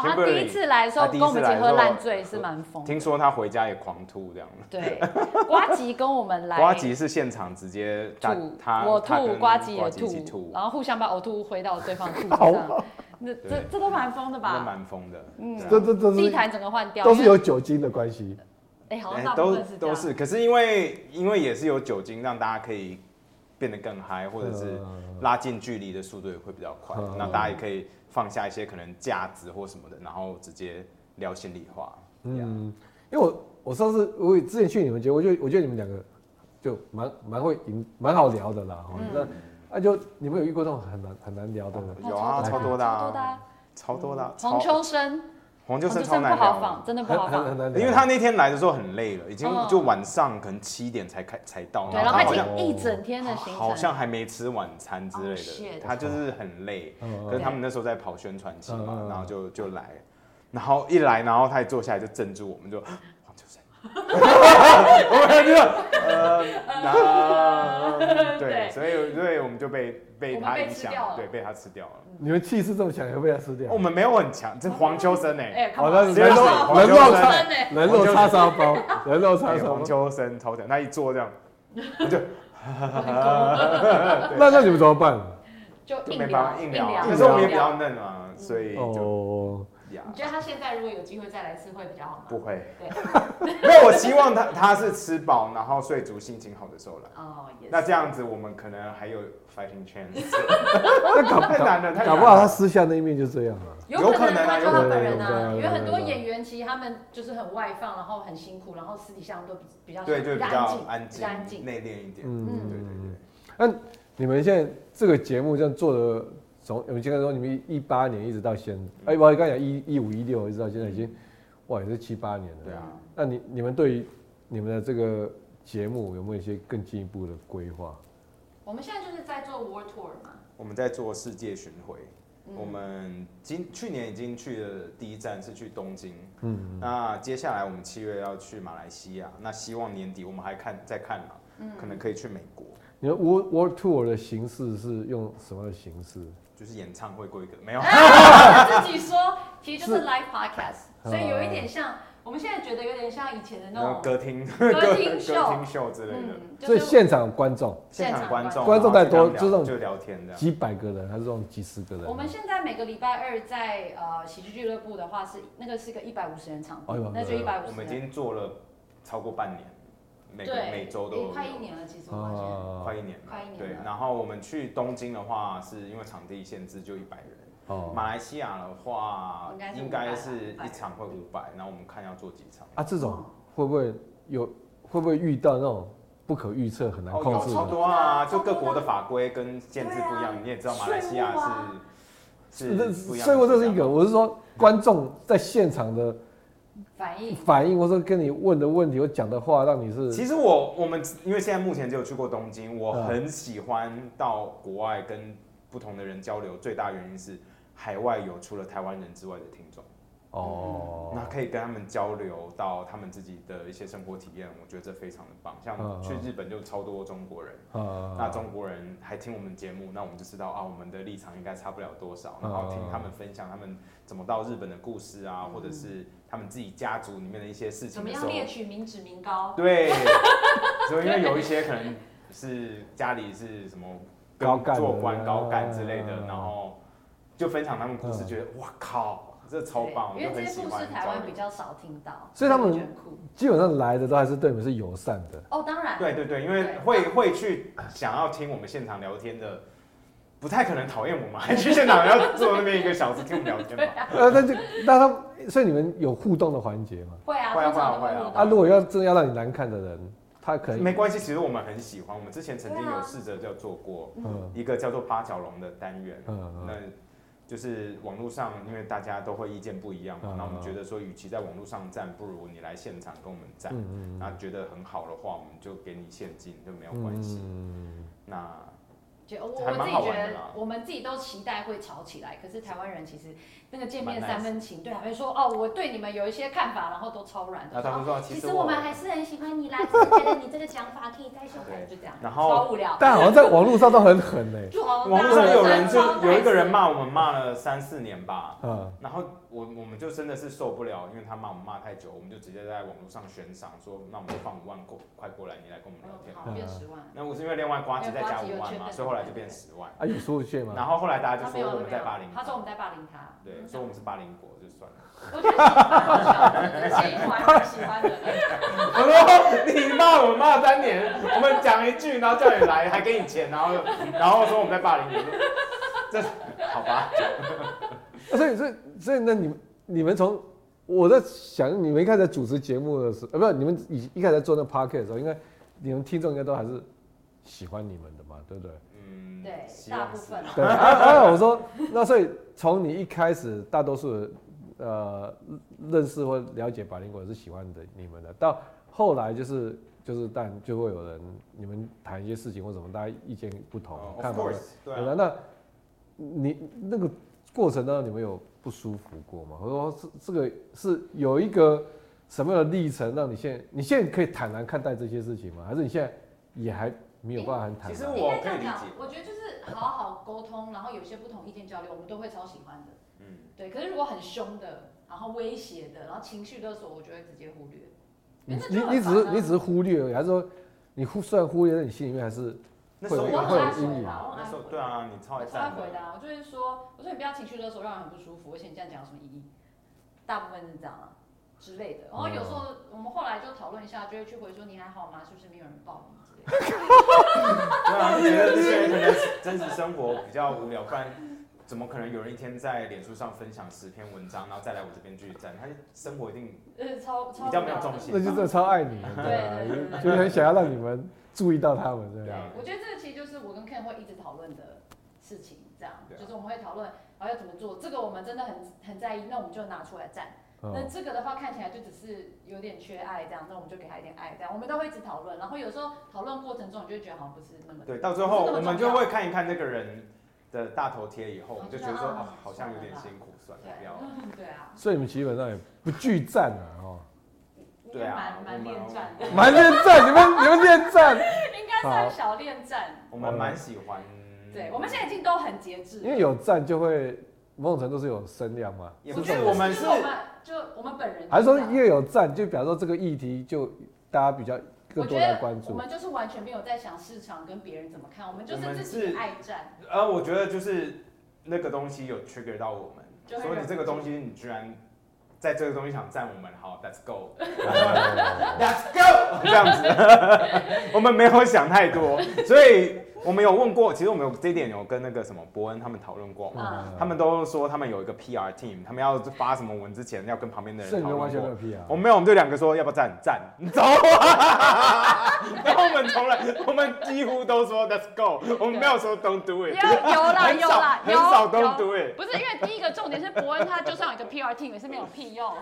[SPEAKER 2] 哦，他
[SPEAKER 1] Kimberly，
[SPEAKER 2] 第一次来的时候
[SPEAKER 1] 他第
[SPEAKER 2] 跟
[SPEAKER 1] 一
[SPEAKER 2] 我
[SPEAKER 1] 次
[SPEAKER 2] 们
[SPEAKER 1] 来
[SPEAKER 2] 一
[SPEAKER 1] 的
[SPEAKER 2] 起喝
[SPEAKER 1] 时候
[SPEAKER 2] 烂醉是蛮疯的。
[SPEAKER 1] 听说他回家也狂吐这样。
[SPEAKER 2] 对，瓜吉跟我们来
[SPEAKER 1] 瓜吉是现场直接大
[SPEAKER 2] 吐，
[SPEAKER 1] 他
[SPEAKER 2] 我
[SPEAKER 1] 他
[SPEAKER 2] 吐，
[SPEAKER 1] 跟
[SPEAKER 2] 瓜吉也
[SPEAKER 1] 瓜吉一起
[SPEAKER 2] 吐，哦
[SPEAKER 1] 吐，
[SPEAKER 2] 然后互相把呕吐物挥到对方的肚子上，那这
[SPEAKER 1] 对
[SPEAKER 2] 这都蛮疯的
[SPEAKER 1] 那
[SPEAKER 2] 吧？
[SPEAKER 1] 蛮疯的。
[SPEAKER 2] 嗯
[SPEAKER 1] 对啊
[SPEAKER 3] 这这这
[SPEAKER 2] 地
[SPEAKER 3] 是
[SPEAKER 2] 毯整个换掉，
[SPEAKER 3] 都是
[SPEAKER 2] 因为
[SPEAKER 3] 有酒精的关系，
[SPEAKER 2] 哎，好
[SPEAKER 1] 哎
[SPEAKER 2] 像大部
[SPEAKER 1] 都
[SPEAKER 2] 分是这
[SPEAKER 1] 都
[SPEAKER 2] 样。
[SPEAKER 1] 是，可是因为因为也是有酒精，让大家可以变得更嗨，或者是
[SPEAKER 3] 嗯
[SPEAKER 1] 拉近距离的速度也会比较快
[SPEAKER 3] 嗯。
[SPEAKER 1] 那大家也可以放下一些可能架子或什么的，然后直接聊心里话。嗯，
[SPEAKER 3] 嗯，因为我我上次我之前去你们节目，我就我觉得你们两个就蛮蛮会引蛮好聊的啦。
[SPEAKER 1] 嗯
[SPEAKER 3] 哦那那就你们有遇过那种很难很难聊的吗？
[SPEAKER 2] 哦
[SPEAKER 1] 有啊，超
[SPEAKER 2] 超
[SPEAKER 1] 多的
[SPEAKER 2] 超多的
[SPEAKER 1] 啊，
[SPEAKER 2] 啊。
[SPEAKER 1] 超多的啊。
[SPEAKER 2] 黄
[SPEAKER 1] 超
[SPEAKER 2] 秋生，
[SPEAKER 1] 黄秋
[SPEAKER 2] 黄
[SPEAKER 1] 生
[SPEAKER 2] 秋
[SPEAKER 1] 超
[SPEAKER 2] 生不
[SPEAKER 1] 难啊
[SPEAKER 2] 好
[SPEAKER 1] 聊的
[SPEAKER 2] 访，，真的不
[SPEAKER 3] 很
[SPEAKER 2] 好
[SPEAKER 3] 很很
[SPEAKER 2] 访。
[SPEAKER 3] 难聊，
[SPEAKER 1] 嗯因为他那天来的时候很累了，已经
[SPEAKER 2] 嗯
[SPEAKER 1] 就晚上可能七点才开才到，
[SPEAKER 2] 对，然后他
[SPEAKER 1] 他
[SPEAKER 2] 已
[SPEAKER 1] 好像
[SPEAKER 2] 经一整天的行程，
[SPEAKER 1] 好像还没吃晚餐之
[SPEAKER 2] Oh,
[SPEAKER 1] 类
[SPEAKER 2] shit.
[SPEAKER 1] 的，他就是很累。
[SPEAKER 3] 嗯
[SPEAKER 1] 可是他们那时候在跑宣传期
[SPEAKER 3] 嗯嗯
[SPEAKER 1] 嘛
[SPEAKER 3] 嗯，
[SPEAKER 1] 然后就就来，然后一来，然后他一坐下来就镇住我们，就 <gasps> 黄秋生， <laughs> 我们就
[SPEAKER 3] <laughs>
[SPEAKER 1] 呃，然后对，
[SPEAKER 2] 对
[SPEAKER 1] 所以所以我们就被被
[SPEAKER 2] 我们
[SPEAKER 1] 他
[SPEAKER 2] 被
[SPEAKER 1] 影
[SPEAKER 2] 吃
[SPEAKER 1] 响
[SPEAKER 2] 掉，了
[SPEAKER 1] 对，被他吃掉了。
[SPEAKER 3] 你们气势这么强，也被他吃掉
[SPEAKER 1] 我。们没有很强，这黄秋生哎，
[SPEAKER 2] 哎，
[SPEAKER 3] 好
[SPEAKER 2] 了
[SPEAKER 3] 的，，
[SPEAKER 1] 谁
[SPEAKER 3] 人
[SPEAKER 1] 谁
[SPEAKER 3] 肉人肉
[SPEAKER 1] 黄秋
[SPEAKER 3] 叉
[SPEAKER 2] 生欸
[SPEAKER 3] 人肉叉烧包，人肉叉
[SPEAKER 1] 哎
[SPEAKER 3] 烧
[SPEAKER 1] 黄
[SPEAKER 3] 包。
[SPEAKER 1] 秋生超强，他一坐这样
[SPEAKER 2] 哎
[SPEAKER 3] 那那你们怎么办？
[SPEAKER 2] 就
[SPEAKER 1] 就
[SPEAKER 2] 硬
[SPEAKER 1] 没办
[SPEAKER 2] 聊，
[SPEAKER 1] 法
[SPEAKER 2] 硬
[SPEAKER 1] 硬
[SPEAKER 2] 聊
[SPEAKER 1] 聊，。
[SPEAKER 3] 硬
[SPEAKER 1] 可是我们也比较嫩啊，所以就
[SPEAKER 3] 哦，
[SPEAKER 1] 呀
[SPEAKER 2] 你觉得他现在如果有机会再来一次会比较好吗？
[SPEAKER 1] 不会。
[SPEAKER 2] 对，
[SPEAKER 1] <laughs> 没有，我希望他他是吃饱，然后睡足，心情好的时候来。
[SPEAKER 2] 哦，也是。
[SPEAKER 1] 那这样子，我们可能还有 fighting chance。
[SPEAKER 3] <laughs> 那搞
[SPEAKER 1] 太难了太难了
[SPEAKER 3] 搞不好他私下那一面就这样了。
[SPEAKER 2] 有
[SPEAKER 1] 有
[SPEAKER 2] 可能
[SPEAKER 1] 可能啊
[SPEAKER 2] 他就他本人
[SPEAKER 3] 有可
[SPEAKER 2] 啊，
[SPEAKER 3] 能
[SPEAKER 2] 因为很多演员其实他们就是很外放，然后很辛苦，然后私底下都比较
[SPEAKER 1] 对，就比较安
[SPEAKER 2] 安比较
[SPEAKER 1] 静，
[SPEAKER 2] 安静。
[SPEAKER 1] 内敛一点。
[SPEAKER 3] 嗯
[SPEAKER 1] 对对对。
[SPEAKER 3] 你们现在这个节目这样做的，从我们刚才说你们一八年一直到现，
[SPEAKER 1] 嗯
[SPEAKER 3] 哎，我刚才讲一一五一六一直到现在已经，哇，也是七八年了。
[SPEAKER 1] 对
[SPEAKER 2] 嗯
[SPEAKER 1] 啊。
[SPEAKER 3] 那你你们对于你们的这个节目有没有一些更进一步的规划？
[SPEAKER 2] 我们现在就是在做 World Tour 嘛，
[SPEAKER 1] 我们在做世界巡回，我们今去年已经去了第一站是去东京，嗯，那接下来我们
[SPEAKER 2] 嗯
[SPEAKER 1] 七月要去马来西亚，那希望年底我们还看再看嘛，可能可以去美国。
[SPEAKER 3] 你你们 World World Tour 的形式是用什么样的形式？
[SPEAKER 1] 就是演唱会规格没 <laughs> 有，
[SPEAKER 2] 嗯自己说，其实就是 live podcast，
[SPEAKER 1] 嗯
[SPEAKER 3] 是
[SPEAKER 2] 所以有一点像我们现在觉得有点像以前的那
[SPEAKER 1] 然后
[SPEAKER 2] 种，
[SPEAKER 1] 歌厅 <laughs>
[SPEAKER 2] 歌
[SPEAKER 1] 歌
[SPEAKER 2] 厅
[SPEAKER 1] 歌
[SPEAKER 2] 秀
[SPEAKER 1] 厅秀之类的，
[SPEAKER 2] 嗯，
[SPEAKER 3] 所
[SPEAKER 2] 就
[SPEAKER 3] 以
[SPEAKER 2] 是
[SPEAKER 3] 现场有观众
[SPEAKER 1] 现场观众
[SPEAKER 3] 观众再多
[SPEAKER 1] 然后
[SPEAKER 3] 就
[SPEAKER 1] 就是
[SPEAKER 3] 那
[SPEAKER 1] 聊
[SPEAKER 3] 种
[SPEAKER 1] 就聊天这样。
[SPEAKER 3] 几百个人，还是这种几十个人？
[SPEAKER 2] 我们现在每个礼拜二在呃喜剧俱乐部的话是那个是个一百五十人场地
[SPEAKER 1] 哦
[SPEAKER 3] 哎呦，
[SPEAKER 2] 那就一百五
[SPEAKER 1] 我
[SPEAKER 2] 十
[SPEAKER 1] 们已
[SPEAKER 2] 人，
[SPEAKER 1] 经做了超过半年，每个
[SPEAKER 2] 对，
[SPEAKER 1] 每周都有
[SPEAKER 2] 也快一年了，其实我发现。
[SPEAKER 3] 哦
[SPEAKER 1] 快一年了，
[SPEAKER 2] 快一年
[SPEAKER 1] 对
[SPEAKER 2] 了，
[SPEAKER 1] 然后我们去东京的话，是因为场地限制就一百人。
[SPEAKER 3] 哦
[SPEAKER 1] 马来西亚的话
[SPEAKER 2] 应该，是
[SPEAKER 1] 应该是一场会五百，然后我们看要做几场。
[SPEAKER 3] 啊，这种会不会有会不会遇到那种不可预测、很难
[SPEAKER 1] 哦，
[SPEAKER 3] 控
[SPEAKER 1] 有
[SPEAKER 3] 制
[SPEAKER 1] 超
[SPEAKER 3] 的？
[SPEAKER 1] 多啊，
[SPEAKER 2] 超
[SPEAKER 1] 就
[SPEAKER 2] 多
[SPEAKER 1] 各国的法规跟限制不一
[SPEAKER 2] 对啊
[SPEAKER 1] 样。你也知道，马来西亚
[SPEAKER 2] 税务啊
[SPEAKER 1] 是是不一样的。
[SPEAKER 3] 所以我这是一个，我是说观众在现场的
[SPEAKER 2] 反应
[SPEAKER 3] 反应，或者跟你问的问题，我讲的话，让你是
[SPEAKER 1] 其实我我们因为现在目前只有去过东京，我
[SPEAKER 3] 嗯
[SPEAKER 1] 很喜欢到国外跟不同的人交流，最大原因是海外有除了台湾人之外的听众，
[SPEAKER 3] 哦，
[SPEAKER 1] 那可以跟他们交流到他们自己的一些生活体验，我觉得这非常的棒。像
[SPEAKER 3] 嗯嗯
[SPEAKER 1] 去日本就超多中国人，
[SPEAKER 3] 啊
[SPEAKER 1] 那中国人还听我们节目，那我们就知道啊，我们的立场应该差不了多少。
[SPEAKER 3] 嗯
[SPEAKER 1] 然后听他们分享他们怎么到日本的故事啊，或者是他们自己家族里面的一些事
[SPEAKER 2] 怎
[SPEAKER 1] 情
[SPEAKER 2] 么
[SPEAKER 1] 的时
[SPEAKER 2] 样
[SPEAKER 1] 候，
[SPEAKER 2] 猎取民脂民
[SPEAKER 1] <laughs>
[SPEAKER 2] 膏？
[SPEAKER 1] 对，就因为有一些可能是家里是什么
[SPEAKER 3] 高干的
[SPEAKER 1] 做官高干之类的
[SPEAKER 3] 啊，
[SPEAKER 1] 然后就分享他们故
[SPEAKER 3] 嗯
[SPEAKER 1] 事，觉得哇靠，这超棒，我
[SPEAKER 2] 对因
[SPEAKER 1] 就
[SPEAKER 2] 为
[SPEAKER 1] 很
[SPEAKER 2] 这些
[SPEAKER 1] 喜
[SPEAKER 2] 故事
[SPEAKER 1] 欢
[SPEAKER 2] 台
[SPEAKER 1] 交
[SPEAKER 2] 湾
[SPEAKER 1] 流
[SPEAKER 2] 比。较少听到，
[SPEAKER 3] 所以他们
[SPEAKER 2] 我觉得很酷
[SPEAKER 3] 基本上来的都还是对你们是友善的。
[SPEAKER 2] 哦，当然
[SPEAKER 1] 对对对，因为
[SPEAKER 2] 对
[SPEAKER 1] 会会去想要听我们现场聊天的，不太可能讨厌我们，还去现场要坐那边一个小时听我们聊天嘛。
[SPEAKER 3] 呃，那就那他，所以你们有互动的环节吗？
[SPEAKER 2] 会啊，
[SPEAKER 1] 会啊
[SPEAKER 2] 通常都
[SPEAKER 1] 会啊
[SPEAKER 2] 互
[SPEAKER 1] 会
[SPEAKER 2] 动
[SPEAKER 1] 啊
[SPEAKER 3] 啊，如果要真的要让你难看的人，他 <laughs> 可
[SPEAKER 1] 没
[SPEAKER 3] 能
[SPEAKER 1] 关系，其实我们很喜欢，我们之前曾经
[SPEAKER 2] 对啊
[SPEAKER 1] 有试着就做过
[SPEAKER 3] 嗯
[SPEAKER 1] 一个叫做八角笼的单元，
[SPEAKER 3] 嗯
[SPEAKER 1] 那就是网络上，因为大家都会意见不一样嘛
[SPEAKER 3] 嗯，
[SPEAKER 1] 那我们觉得说，与其在网络上站，不如你来现场跟我们站。
[SPEAKER 3] 嗯
[SPEAKER 1] 那觉得很好的话，我们就给你现金，就没有
[SPEAKER 3] 嗯
[SPEAKER 1] 关系。
[SPEAKER 3] 嗯，
[SPEAKER 1] 那
[SPEAKER 2] 觉我我
[SPEAKER 1] 还
[SPEAKER 2] 们自
[SPEAKER 1] 蛮
[SPEAKER 2] 己
[SPEAKER 1] 好
[SPEAKER 2] 觉
[SPEAKER 1] 玩的
[SPEAKER 2] 得
[SPEAKER 1] 啦，
[SPEAKER 2] 我们自己都期待会吵起来，可是台湾人其实那个见
[SPEAKER 1] 蛮
[SPEAKER 2] 面
[SPEAKER 1] nice
[SPEAKER 2] 三分情，对，还会说哦，我对你们有一些看法，然后都超软
[SPEAKER 1] 那他
[SPEAKER 2] 的。说
[SPEAKER 1] 们
[SPEAKER 2] 哦
[SPEAKER 1] 说，
[SPEAKER 2] 其
[SPEAKER 1] 实
[SPEAKER 2] 实我们还是很喜欢
[SPEAKER 1] <laughs>
[SPEAKER 2] 你啦，只是觉得你这个想法可以再修改，
[SPEAKER 1] 对
[SPEAKER 2] 就这样，
[SPEAKER 1] 然后
[SPEAKER 2] 超无聊。
[SPEAKER 3] 但好像在网络上都很狠呢。
[SPEAKER 2] 就
[SPEAKER 1] 网络上有人就
[SPEAKER 2] 超
[SPEAKER 1] 有一个人
[SPEAKER 2] 白痴
[SPEAKER 1] 骂我们骂了三四年吧，
[SPEAKER 3] 嗯，
[SPEAKER 1] 然后我我们就真的是受不了，因为他骂我们骂太久，我们就直接在网络上悬赏说，那我们就放五万过块过来，你来跟我们聊天。
[SPEAKER 2] 嗯哦
[SPEAKER 3] 嗯
[SPEAKER 2] 好变十万，
[SPEAKER 1] 那我是因为另外瓜吉再加
[SPEAKER 2] 因
[SPEAKER 1] 五
[SPEAKER 2] 为瓜吉
[SPEAKER 1] 万
[SPEAKER 2] 有
[SPEAKER 1] 嘛，
[SPEAKER 2] 圈
[SPEAKER 1] 所以后来就变十万。
[SPEAKER 3] 啊，有出现
[SPEAKER 1] 然
[SPEAKER 3] 吗？
[SPEAKER 1] 后后来大家
[SPEAKER 2] 他
[SPEAKER 1] 就
[SPEAKER 2] 没有
[SPEAKER 1] 说我们在霸凌，
[SPEAKER 2] 他说我们在霸凌他，嗯
[SPEAKER 1] 对，所以我们是霸凌国，就算了。 <laughs>
[SPEAKER 2] 我觉得挺好笑的，这是一团我喜欢的。
[SPEAKER 1] 我说你骂我骂三年，我们讲一句，然后叫你来，还给你钱，然后然后说我们在霸凌你，这好吧？
[SPEAKER 3] 啊所以所以所以那你们你们从我在想，你们一开始在主持节目的时候，呃，不是你们一一开始在做那 p a r k 的时候，应该你们听众应该都还是喜欢你们的嘛，对不对？
[SPEAKER 1] <laughs> 嗯，
[SPEAKER 2] 对，
[SPEAKER 1] 希
[SPEAKER 2] 大
[SPEAKER 1] 望
[SPEAKER 2] 部
[SPEAKER 1] 是
[SPEAKER 2] 分
[SPEAKER 3] 对，啊啊，我说，那所以从你一开始，大多数人呃认识或了解百灵果是喜欢的你们的，到后来就是就是但就会有人你们谈一些事情或什么，大家意见不同，
[SPEAKER 1] 哦
[SPEAKER 3] 看
[SPEAKER 1] ，of
[SPEAKER 3] 法不
[SPEAKER 1] course，
[SPEAKER 3] 同
[SPEAKER 1] 对
[SPEAKER 3] 对
[SPEAKER 1] 啊
[SPEAKER 3] 啊，。那你那个过程当中，你们有不舒服过吗？或者说这这个是有一个什么样的历程，让你现在你现在可以坦然看待这些事情吗？还是你现在也还没有办法很坦
[SPEAKER 1] 其实
[SPEAKER 3] 然？
[SPEAKER 1] 我
[SPEAKER 2] 应
[SPEAKER 1] 可以
[SPEAKER 2] 该这样
[SPEAKER 1] 理
[SPEAKER 2] 讲
[SPEAKER 1] 解，
[SPEAKER 2] 我觉得就是好好沟通，然后有些不同意见交流，我们都会超喜欢的。
[SPEAKER 1] 嗯，
[SPEAKER 2] 对，可是如果很凶的，然后威胁的，然后情绪勒索，我就会直接忽略。
[SPEAKER 3] 你
[SPEAKER 2] 因为
[SPEAKER 3] 你
[SPEAKER 2] 那就
[SPEAKER 3] 你
[SPEAKER 2] 很烦
[SPEAKER 3] 只是
[SPEAKER 2] 啊
[SPEAKER 3] 你只是忽略而已，还是说你忽虽然忽略，但你心里面还是
[SPEAKER 1] 那时候
[SPEAKER 2] 我
[SPEAKER 3] 会
[SPEAKER 1] 有
[SPEAKER 2] 很爱
[SPEAKER 3] 会有阴
[SPEAKER 2] 回
[SPEAKER 3] 影
[SPEAKER 2] 答，我很
[SPEAKER 1] 那
[SPEAKER 2] 爱
[SPEAKER 1] 时候
[SPEAKER 2] 回
[SPEAKER 1] 对
[SPEAKER 2] 答，
[SPEAKER 1] 啊，你超
[SPEAKER 2] 我
[SPEAKER 1] 爱
[SPEAKER 2] 超爱
[SPEAKER 1] 站
[SPEAKER 2] 回
[SPEAKER 1] 的。
[SPEAKER 2] 答，我就会说，我说你不要情绪勒索，让人很不舒服，而且你这样讲有什么意义？大部分是这样啊之类的。然后有时候我们后来就讨论一下，就会去回说你还好吗？是不是没有人抱你之类的？
[SPEAKER 1] 对啊，觉得这些人可能真实生活比较无聊，不然怎么可能有人一天在脸书上分享十篇文章，然后再来我这边去站？他生活一定
[SPEAKER 2] 呃，超超
[SPEAKER 1] 比较没有
[SPEAKER 2] 无聊的
[SPEAKER 1] 重心
[SPEAKER 3] 那就真的超爱你们，
[SPEAKER 2] 对对对
[SPEAKER 3] 对吧？
[SPEAKER 2] 对
[SPEAKER 3] 就是很想要让你们注意到他们，对
[SPEAKER 1] 对
[SPEAKER 3] 吧？
[SPEAKER 1] 啊
[SPEAKER 2] 对，我觉得这个其实就是我跟 Ken 会一直讨论的事情，这样
[SPEAKER 1] 对啊
[SPEAKER 2] 就是我们会讨论，然后要怎么做，这个我们真的很很在意，那我们就拿出来站。那
[SPEAKER 3] 嗯，
[SPEAKER 2] 这个的话看起来就只是有点缺爱这样，那我们就给他一点爱这样，我们都会一直讨论，然后有时候讨论过程中你就会觉得好像不是那么
[SPEAKER 1] 对，到最后我们就会看一看这个人的大头贴，以后我们就觉得说，
[SPEAKER 2] 啊
[SPEAKER 1] 哦，好像有点辛苦，算了，不要。
[SPEAKER 2] 嗯 <laughs> 对啊，
[SPEAKER 3] 所以你们基本上也不惧战啊，哦，
[SPEAKER 2] 应
[SPEAKER 1] 对
[SPEAKER 2] 该
[SPEAKER 1] 啊
[SPEAKER 2] 蛮，
[SPEAKER 1] 我
[SPEAKER 2] 蛮
[SPEAKER 1] 们 <laughs>
[SPEAKER 2] 恋战的，
[SPEAKER 3] 蛮恋战，你们你们恋战，啊
[SPEAKER 2] 应该该算小恋战。
[SPEAKER 1] 我们蛮喜欢。
[SPEAKER 2] 对，我们现在已经都很节制了，
[SPEAKER 3] 因为有赞就会某种程度是有声量嘛，
[SPEAKER 1] 也
[SPEAKER 2] 我
[SPEAKER 1] 不
[SPEAKER 2] 觉
[SPEAKER 1] 是
[SPEAKER 2] 得
[SPEAKER 1] 我们是
[SPEAKER 2] 就我们就我们本人就
[SPEAKER 3] 还是
[SPEAKER 2] 这
[SPEAKER 3] 说
[SPEAKER 2] 样，
[SPEAKER 3] 越有赞，就表示说这个议题就大家比较
[SPEAKER 2] 我
[SPEAKER 3] 更
[SPEAKER 2] 觉
[SPEAKER 3] 多来
[SPEAKER 2] 得
[SPEAKER 3] 关
[SPEAKER 2] 我
[SPEAKER 3] 注。
[SPEAKER 2] 们就是完全没有在想市场跟别人怎么看，我们就
[SPEAKER 1] 我
[SPEAKER 2] 是
[SPEAKER 1] 们
[SPEAKER 2] 自己
[SPEAKER 1] 是
[SPEAKER 2] 爱战。
[SPEAKER 1] 呃，我觉得就是那个东西有 trigger 到我们，
[SPEAKER 2] 就会
[SPEAKER 1] 所以
[SPEAKER 2] 忍
[SPEAKER 1] 你
[SPEAKER 2] 不
[SPEAKER 1] 这个
[SPEAKER 2] 住
[SPEAKER 1] 东西你居然在这个东西想赞我们，好，Let's
[SPEAKER 2] <laughs>
[SPEAKER 1] go，Let's
[SPEAKER 3] 哦
[SPEAKER 1] go，这 <laughs> 样子， <laughs> 我们没有想太多，所以我们有问过，其实我们有这一点有跟那个什么伯恩他们讨论过嘛。
[SPEAKER 2] 嗯
[SPEAKER 1] 他们都说他们有一个 PR team，他们要发什么文之前要跟旁边的
[SPEAKER 3] 圣
[SPEAKER 1] 人讨
[SPEAKER 3] 人完
[SPEAKER 1] 论
[SPEAKER 3] 全没
[SPEAKER 1] 过
[SPEAKER 3] 有。屁啊
[SPEAKER 1] 我！们没有，我们就两个说要不要站
[SPEAKER 3] <laughs>
[SPEAKER 1] 站，你走啊！然后我们从来，我们几乎都说 Let's go，我们没有说 Don't do
[SPEAKER 2] 有
[SPEAKER 1] it，
[SPEAKER 2] 有啦
[SPEAKER 1] 很
[SPEAKER 2] 有
[SPEAKER 1] 少
[SPEAKER 2] 啦，
[SPEAKER 1] 很
[SPEAKER 2] 有
[SPEAKER 1] 少
[SPEAKER 2] 有
[SPEAKER 1] Don't do it。
[SPEAKER 2] 不是因为第一个重点是伯恩他就算有一个 PR team 也是没有
[SPEAKER 1] <laughs>
[SPEAKER 2] 屁用，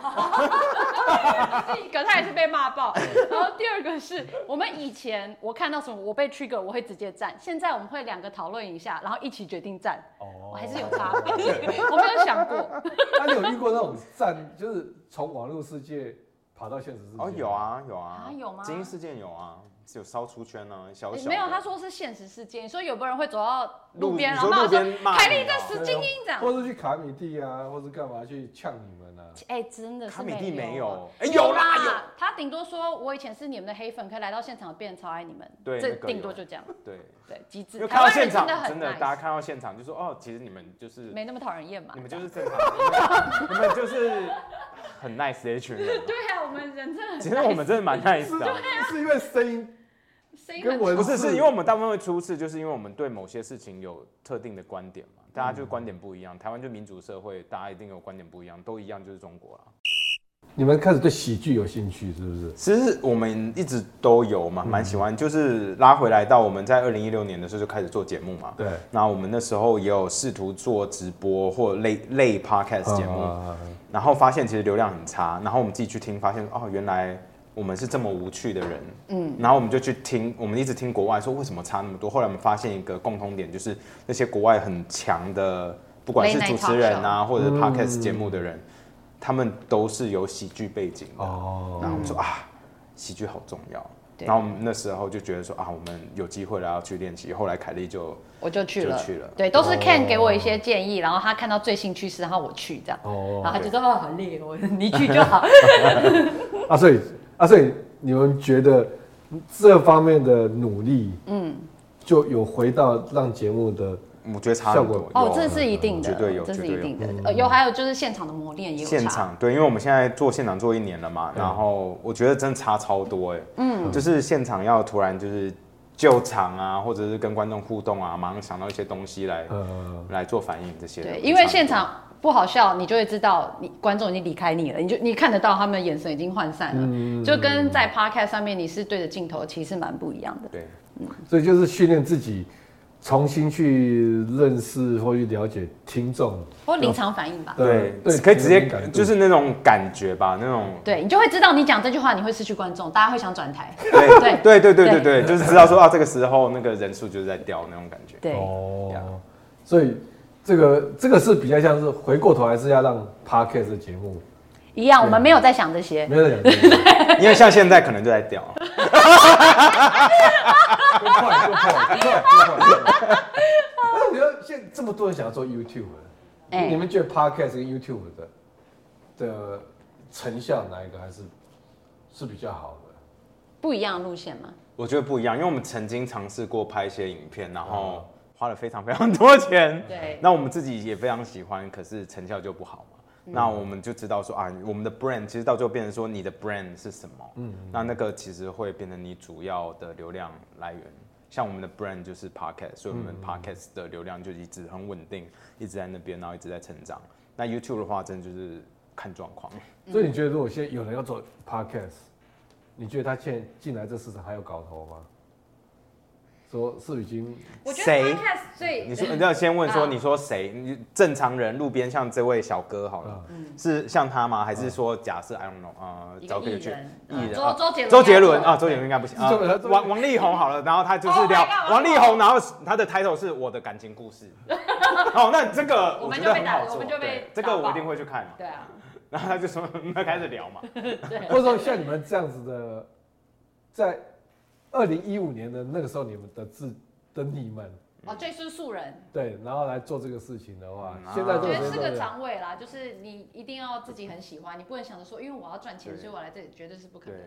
[SPEAKER 2] 第一个他也是被骂爆，然后第二个是我们以前我看到什么我被 trigger 我会直接站，现在我们会两个讨论一下，然后一起决定站，我
[SPEAKER 3] 哦
[SPEAKER 2] 还是有差
[SPEAKER 1] <laughs>
[SPEAKER 2] 别，我没有想过，
[SPEAKER 3] 那你有遇过那种赞，就是从网络世界跑到现实世界？
[SPEAKER 1] 哦，有。啊，有啊，
[SPEAKER 2] 啊有吗
[SPEAKER 1] 精英事件有啊，有烧出圈啊，小小的
[SPEAKER 2] 没有他说是现实事件，所以有没有人会走到路
[SPEAKER 1] 路
[SPEAKER 2] 边
[SPEAKER 1] 你
[SPEAKER 2] 然
[SPEAKER 1] 说
[SPEAKER 2] 后骂
[SPEAKER 1] 路
[SPEAKER 2] 说
[SPEAKER 1] 边骂
[SPEAKER 2] 凯
[SPEAKER 1] 你
[SPEAKER 2] 莉在
[SPEAKER 1] 哦
[SPEAKER 2] 死精英这样，
[SPEAKER 3] 或是去卡米蒂啊，或是干嘛去呛你们啊？
[SPEAKER 2] 哎、真的是
[SPEAKER 1] 卡米蒂没
[SPEAKER 2] 有
[SPEAKER 1] 有
[SPEAKER 2] 啊，
[SPEAKER 1] 哎有啦有，
[SPEAKER 2] 他顶多说我以前是你们的黑粉，可以来到现场变超爱你们，
[SPEAKER 1] 对
[SPEAKER 2] 这
[SPEAKER 1] 那个
[SPEAKER 2] 顶
[SPEAKER 1] 有
[SPEAKER 2] 多就这样，
[SPEAKER 1] 对，
[SPEAKER 2] 对，极致
[SPEAKER 1] 因为。看
[SPEAKER 2] 台
[SPEAKER 1] 到
[SPEAKER 2] 湾人
[SPEAKER 1] 现场
[SPEAKER 2] 的很
[SPEAKER 1] 真的，
[SPEAKER 2] nice，
[SPEAKER 1] 大家看到现场就说哦，其实你们就是
[SPEAKER 2] 没那么讨人厌嘛， <laughs>
[SPEAKER 1] 你们就是正常人，你们你们就是很 nice 的一群人 <laughs> 啊。
[SPEAKER 2] 对啊，我们人真的很
[SPEAKER 1] 其实我们真的蛮 nice 的啊，
[SPEAKER 3] 是因为声音
[SPEAKER 2] 声音
[SPEAKER 3] 跟
[SPEAKER 2] 很
[SPEAKER 3] 我
[SPEAKER 2] 吵
[SPEAKER 1] 不是，
[SPEAKER 3] 是
[SPEAKER 1] 是因为我们大部分会出事，就是因为我们对某些事情有特定的观点嘛，大家就观点不一样。台湾就民主社会，大家一定有观点不一样，都一样就是中国啦。啊
[SPEAKER 3] 你们开始对喜剧有兴趣，是不是？
[SPEAKER 1] 其实我们一直都有嘛，蛮喜欢，就是拉回来到我们在二零一六年的时候就开始做节目嘛。
[SPEAKER 3] 对，
[SPEAKER 1] 那我们那时候也有试图做直播或类类 podcast 节目，
[SPEAKER 3] 啊
[SPEAKER 1] 然后发现其实流量很差，然后我们自己去听，发现哦，原来我们是这么无趣的人，嗯，然后我们就去听，我们一直听国外说为什么差那么多，后来我们发现一个共通点，就是那些国外很强的，不管是
[SPEAKER 2] Late night
[SPEAKER 1] 主持人啊，或者
[SPEAKER 3] 嗯
[SPEAKER 1] podcast 节目的人，他们都是有喜剧背景的，
[SPEAKER 3] 哦
[SPEAKER 1] 然后我们说啊，喜剧好重要。
[SPEAKER 2] 对
[SPEAKER 1] 然后我们那时候就觉得说啊，我们有机会了，要去练习。后来凯莉就
[SPEAKER 2] 我就去了，
[SPEAKER 1] 就去了
[SPEAKER 2] 对，都是
[SPEAKER 3] 哦
[SPEAKER 2] Ken 给我一些建议，然后他看到最新趋势，然后我去这样，然后
[SPEAKER 3] 哦，
[SPEAKER 2] 他就说哦好累哦， <laughs> 你去就
[SPEAKER 1] <laughs>
[SPEAKER 2] 好。
[SPEAKER 3] 啊，所以啊，所以你们觉得这方面的努力，嗯，就有回到让节目的
[SPEAKER 1] 我觉得差很
[SPEAKER 3] 效
[SPEAKER 1] 多
[SPEAKER 3] 果。
[SPEAKER 2] 哦
[SPEAKER 1] 有，
[SPEAKER 2] 这是一定的，
[SPEAKER 1] 绝对有
[SPEAKER 2] 这是
[SPEAKER 1] 绝
[SPEAKER 2] 一
[SPEAKER 1] 对有
[SPEAKER 2] 定的。呃，有还有就是现场的磨练也有
[SPEAKER 1] 现
[SPEAKER 2] 差
[SPEAKER 1] 场对，因为我们现在做现场做一年了
[SPEAKER 3] 嗯
[SPEAKER 1] 嘛，然后我觉得真的差超多哎、嗯，就是现场要突然就是救场啊，或者是跟观众互动啊，马上想到一些东西来、
[SPEAKER 3] 呃，
[SPEAKER 1] 来做反应这些的。
[SPEAKER 2] 对，
[SPEAKER 1] 我觉得
[SPEAKER 2] 因为
[SPEAKER 1] 差很
[SPEAKER 2] 现
[SPEAKER 1] 多
[SPEAKER 2] 场不好笑，你就会知道你观众已经离开你了，你就你看得到他们的眼神已经涣散了，
[SPEAKER 1] 嗯
[SPEAKER 2] 就跟在 podcast 上面你是对着镜头，其实蛮不一样的。
[SPEAKER 1] 对
[SPEAKER 3] 所以就是训练自己重新去认识或去了解听众，
[SPEAKER 2] 或临场反应吧，
[SPEAKER 1] 对
[SPEAKER 3] 对
[SPEAKER 1] 可以直接
[SPEAKER 3] 有感度
[SPEAKER 1] 就是那种感觉吧，那种
[SPEAKER 2] 对你就会知道你讲这句话你会失去观众，大家会想转台。
[SPEAKER 1] 哦对对对对对对，就是知道说啊，这个时候那个人数就是在掉那种感觉。
[SPEAKER 2] 对，
[SPEAKER 3] 哦，所以这个这个是比较像是回过头来是要让 podcast 的节目，
[SPEAKER 2] 一样，
[SPEAKER 3] 对
[SPEAKER 2] 我们没有在想这些。
[SPEAKER 3] 没有在讲这个，
[SPEAKER 1] 因为像现在可能就在掉，
[SPEAKER 3] 不快不快不快不快。那你要现在这么多人想要做 YouTube，
[SPEAKER 2] 哎
[SPEAKER 3] 你们觉得 podcast 跟 YouTube 的的成效哪一个还是是比较好的？
[SPEAKER 2] 不一样的路线嘛，
[SPEAKER 1] 我觉得不一样，因为我们曾经尝试过拍一些影片，然
[SPEAKER 3] 嗯
[SPEAKER 1] 后花了非常非常多钱，
[SPEAKER 2] 对
[SPEAKER 1] 那我们自己也非常喜欢，可是成效就不好嘛。
[SPEAKER 2] 嗯
[SPEAKER 1] 那我们就知道说啊，我们的 brand 其实到最后变成说你的 brand 是什么，嗯，那那个其实会变成你主要的流量来源。像我们的 brand 就是 podcast，所以我们 podcast 的流量就一直很稳定，一直在那边，然后一直在成长。那 YouTube 的话，真的就是看状
[SPEAKER 2] <laughs>
[SPEAKER 1] 况。
[SPEAKER 2] 嗯
[SPEAKER 3] 所以你觉得，如果现在有人要做 podcast，你觉得他现在进来这市场还有搞头吗？说是
[SPEAKER 2] <laughs>
[SPEAKER 3] 已经
[SPEAKER 2] 我觉得
[SPEAKER 1] 谁
[SPEAKER 2] podcast 最
[SPEAKER 1] 你说呃你要先问说，
[SPEAKER 2] 嗯
[SPEAKER 1] 你说谁？你正常人路边像这位小哥好了，是像他吗？还是说假设 I don't know 呃，
[SPEAKER 2] 嗯一个
[SPEAKER 1] 找
[SPEAKER 2] 嗯艺
[SPEAKER 1] 去
[SPEAKER 2] 人，嗯
[SPEAKER 1] 艺人
[SPEAKER 2] 周
[SPEAKER 1] 啊
[SPEAKER 2] 周杰伦
[SPEAKER 1] 周杰伦
[SPEAKER 2] 要做
[SPEAKER 1] 啊，周杰伦应该不行啊
[SPEAKER 3] 周杰伦周杰伦
[SPEAKER 1] 王王力宏好了，然后他就是
[SPEAKER 2] Oh my
[SPEAKER 1] 聊
[SPEAKER 2] God，
[SPEAKER 1] 王
[SPEAKER 2] 王
[SPEAKER 1] 力
[SPEAKER 2] 力
[SPEAKER 1] 宏，
[SPEAKER 2] 宏
[SPEAKER 1] 然后他的 title 是我的感情故
[SPEAKER 2] <laughs>
[SPEAKER 1] 事。哦，那这个
[SPEAKER 2] 我们
[SPEAKER 1] 觉
[SPEAKER 2] 就
[SPEAKER 1] 得
[SPEAKER 2] 被
[SPEAKER 1] 很
[SPEAKER 2] 打
[SPEAKER 1] 好
[SPEAKER 2] 我
[SPEAKER 1] 做，
[SPEAKER 2] 们就被
[SPEAKER 1] 对这
[SPEAKER 2] 打
[SPEAKER 1] 个我
[SPEAKER 2] 爆
[SPEAKER 1] 一定会去看嘛。
[SPEAKER 2] 对啊，
[SPEAKER 1] 然后他就说，那开始聊嘛，
[SPEAKER 2] 对
[SPEAKER 3] 或者说像你们这样子的，在二零一五年的那个时候，你们的自的你们
[SPEAKER 2] 哦，最是素人，
[SPEAKER 3] 对，然后来做这个事情的话，
[SPEAKER 1] 嗯啊
[SPEAKER 3] 现在
[SPEAKER 2] 我
[SPEAKER 3] 这
[SPEAKER 2] 觉
[SPEAKER 3] 个
[SPEAKER 2] 得
[SPEAKER 3] 时
[SPEAKER 2] 是
[SPEAKER 3] 间
[SPEAKER 2] 个
[SPEAKER 3] 段
[SPEAKER 2] 长尾啦，就是你一定要自己很喜欢，你不能想着说，因为我要赚钱，
[SPEAKER 1] 对
[SPEAKER 2] 所以我来这里绝对是不可能。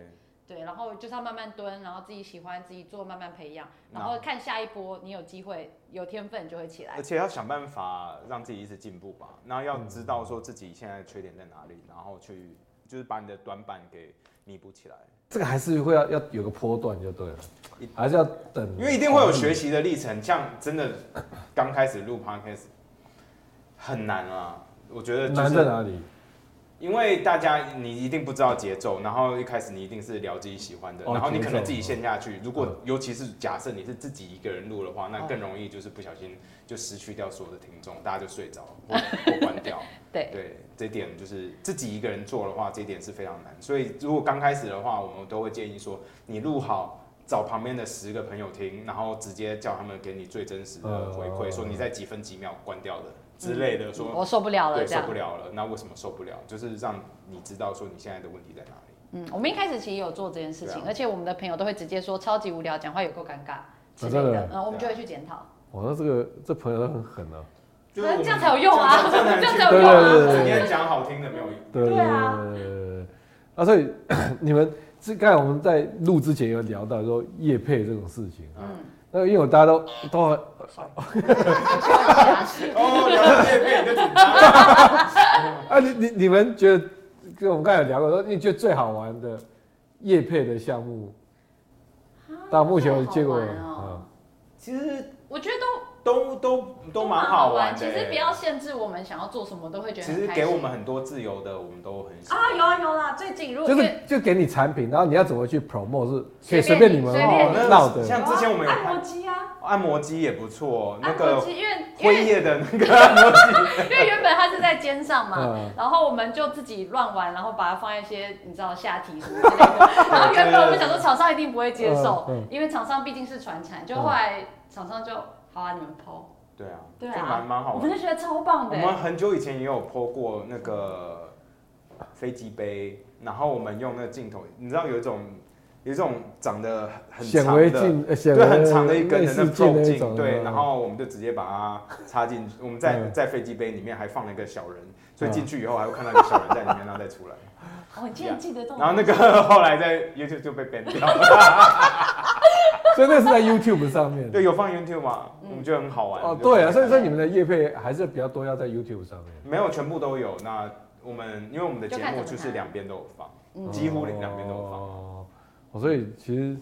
[SPEAKER 1] 对，
[SPEAKER 2] 对，然后就是要慢慢蹲，然后自己喜欢自己做，慢慢培养，
[SPEAKER 1] 那呃
[SPEAKER 2] 然后看下一波，你有机会有天分就会起来
[SPEAKER 1] 而。且要想办法让自己一直进步吧。然后要知道说自己现在的缺点在哪里，然后去就是把你的短板给弥补起来。
[SPEAKER 3] 这个还是会要要有个波段就对了，还是要等，
[SPEAKER 1] 因为一定会有学习的历程，像真的刚开始录 podcast 很难啊，我觉得就
[SPEAKER 3] 难在
[SPEAKER 1] 是
[SPEAKER 3] 哪里？
[SPEAKER 1] 因为大家你一定不知道节奏，然后一开始你一定是聊自己喜欢的，
[SPEAKER 3] 哦
[SPEAKER 1] 然后你可
[SPEAKER 3] 节
[SPEAKER 1] 能
[SPEAKER 3] 奏
[SPEAKER 1] 自己陷下去。如果
[SPEAKER 3] 嗯
[SPEAKER 1] 尤其是假设你是自己一个人录的话，那
[SPEAKER 2] 哦
[SPEAKER 1] 更容易就是不小心就失去掉所有的听众，大家就睡着或或 <laughs> 关掉。
[SPEAKER 2] 对，
[SPEAKER 1] 对，这点就是自己一个人做的话，这点是非常难。所以如果刚开始的话，我们都会建议说，你录好，找旁边的十个朋友听，然后直接叫他们给你最真实的回馈，
[SPEAKER 3] 哦
[SPEAKER 1] 说你在几分几秒关掉的之类的，说
[SPEAKER 2] 嗯我受不了了，
[SPEAKER 1] 对
[SPEAKER 2] 这
[SPEAKER 1] 受
[SPEAKER 2] 样
[SPEAKER 1] 不。了了，那为什么受不了？就是让你知道说你现在的问题在哪里。
[SPEAKER 2] 嗯，我们一开始其实也有做这件事情，
[SPEAKER 1] 对啊哦
[SPEAKER 2] 而且我们的朋友都会直接说超级无聊，讲话有够尴尬之类
[SPEAKER 3] 真
[SPEAKER 2] 的
[SPEAKER 3] 的，
[SPEAKER 2] 嗯，我们就会去检讨。
[SPEAKER 3] 哇，那这个这朋友都很狠啊，
[SPEAKER 1] 就是我们
[SPEAKER 2] 这样才有用啊
[SPEAKER 1] 这样才
[SPEAKER 2] 这样
[SPEAKER 1] <laughs>
[SPEAKER 2] 才
[SPEAKER 1] 去
[SPEAKER 2] 有
[SPEAKER 3] 用啊
[SPEAKER 1] 对对对
[SPEAKER 3] 对
[SPEAKER 1] 对对你讲好听的没有用。
[SPEAKER 3] 对
[SPEAKER 2] 对啊
[SPEAKER 3] 对对对对啊，所以 <coughs> 你们是刚才我们在录之前有聊到说业配这种事情，
[SPEAKER 1] 嗯
[SPEAKER 2] 嗯，
[SPEAKER 3] 那因为我大家都都很
[SPEAKER 1] 啊哦，聊到这边你就紧张。
[SPEAKER 3] 啊，你你你们觉得，跟我们刚才有聊过，说你觉得最好玩的业配的项目，到目前为止结果，
[SPEAKER 2] 啊
[SPEAKER 3] 啊
[SPEAKER 2] 好好玩哦
[SPEAKER 1] <laughs> 其实
[SPEAKER 2] 我觉得
[SPEAKER 1] 都
[SPEAKER 2] 都
[SPEAKER 1] 都 <laughs> 都蛮
[SPEAKER 2] 蛮
[SPEAKER 1] 好
[SPEAKER 2] 玩，
[SPEAKER 1] 玩
[SPEAKER 2] 其
[SPEAKER 1] 的、欸
[SPEAKER 2] 实不要限制我们想要做什么，都会觉得
[SPEAKER 1] 其
[SPEAKER 2] 很
[SPEAKER 1] 实
[SPEAKER 2] 开心
[SPEAKER 1] 给我们很多自由的，我们都很喜欢。
[SPEAKER 2] 啊，有啊有啦，最近如果
[SPEAKER 3] 就是就给你产品，然后你要怎么去 promote 是可以随
[SPEAKER 2] 随
[SPEAKER 3] 便
[SPEAKER 2] 便你
[SPEAKER 3] 你们哦
[SPEAKER 2] 随便
[SPEAKER 1] 你
[SPEAKER 3] 闹的，
[SPEAKER 1] 像之前我们有
[SPEAKER 2] 按摩机啊，
[SPEAKER 1] 按摩机也不错，那
[SPEAKER 2] 按摩
[SPEAKER 1] 个
[SPEAKER 2] 机，因为因
[SPEAKER 1] 辉
[SPEAKER 2] 为
[SPEAKER 1] 夜的那个按摩机，
[SPEAKER 2] 因为原本它是在肩上嘛
[SPEAKER 3] 嗯，
[SPEAKER 2] 然后我们就自己乱玩，然后把它放在一些你知道下体什么之类
[SPEAKER 1] <laughs>
[SPEAKER 2] 的，然后原本我们想说厂商一定不会接受
[SPEAKER 3] 嗯嗯，
[SPEAKER 2] 因为厂商毕竟是传产，就
[SPEAKER 1] 嗯
[SPEAKER 2] 后来厂商就好啊，你们剖，
[SPEAKER 1] 对啊，
[SPEAKER 2] 对
[SPEAKER 1] 就
[SPEAKER 2] 啊
[SPEAKER 1] 蛮，蛮好
[SPEAKER 2] 我
[SPEAKER 1] 玩
[SPEAKER 2] 真
[SPEAKER 1] 的。
[SPEAKER 2] 的觉得超棒
[SPEAKER 1] 我
[SPEAKER 2] 的
[SPEAKER 1] 们
[SPEAKER 2] 欸，
[SPEAKER 1] 很久以前也有 PO 过那个飞机杯，然后我们用那个镜头，你知道有一种有一种长得很
[SPEAKER 3] 显
[SPEAKER 1] 长
[SPEAKER 3] 微
[SPEAKER 1] 的。
[SPEAKER 3] 镜，呃显微
[SPEAKER 1] 对，很长的一根的那
[SPEAKER 3] 内视镜
[SPEAKER 1] 透
[SPEAKER 3] 那一
[SPEAKER 1] 镜
[SPEAKER 3] 种，
[SPEAKER 1] 对，
[SPEAKER 3] 嗯
[SPEAKER 1] 然后我们就直接把它插进，我们在
[SPEAKER 3] 嗯
[SPEAKER 1] 在飞机杯里面还放了一个小人，所以
[SPEAKER 3] 嗯
[SPEAKER 1] 进去以后还会看到一个小人在里面，然后再
[SPEAKER 2] <laughs>
[SPEAKER 1] 出来。
[SPEAKER 2] 哦我竟然记得这种
[SPEAKER 1] 然后那个 <laughs> 后来在 YouTube 就被 ban 掉
[SPEAKER 3] <laughs>
[SPEAKER 1] 了，
[SPEAKER 3] 所以那是在 YouTube 上面。
[SPEAKER 1] 对，有放 YouTube 嘛，
[SPEAKER 2] 嗯
[SPEAKER 1] 我们觉得很好玩。
[SPEAKER 3] 哦，
[SPEAKER 1] 就
[SPEAKER 3] 对啊，
[SPEAKER 1] 放
[SPEAKER 3] 所以说你们的业配还是比较多要在 YouTube 上面。
[SPEAKER 1] 没有全部都有。那我们因为我们的节
[SPEAKER 2] 就看怎
[SPEAKER 1] 目
[SPEAKER 2] 么
[SPEAKER 1] 就是
[SPEAKER 2] 看
[SPEAKER 1] 两边都有放，
[SPEAKER 2] 嗯
[SPEAKER 1] 几乎啊两边都有放。
[SPEAKER 3] 哦，哦所以其实，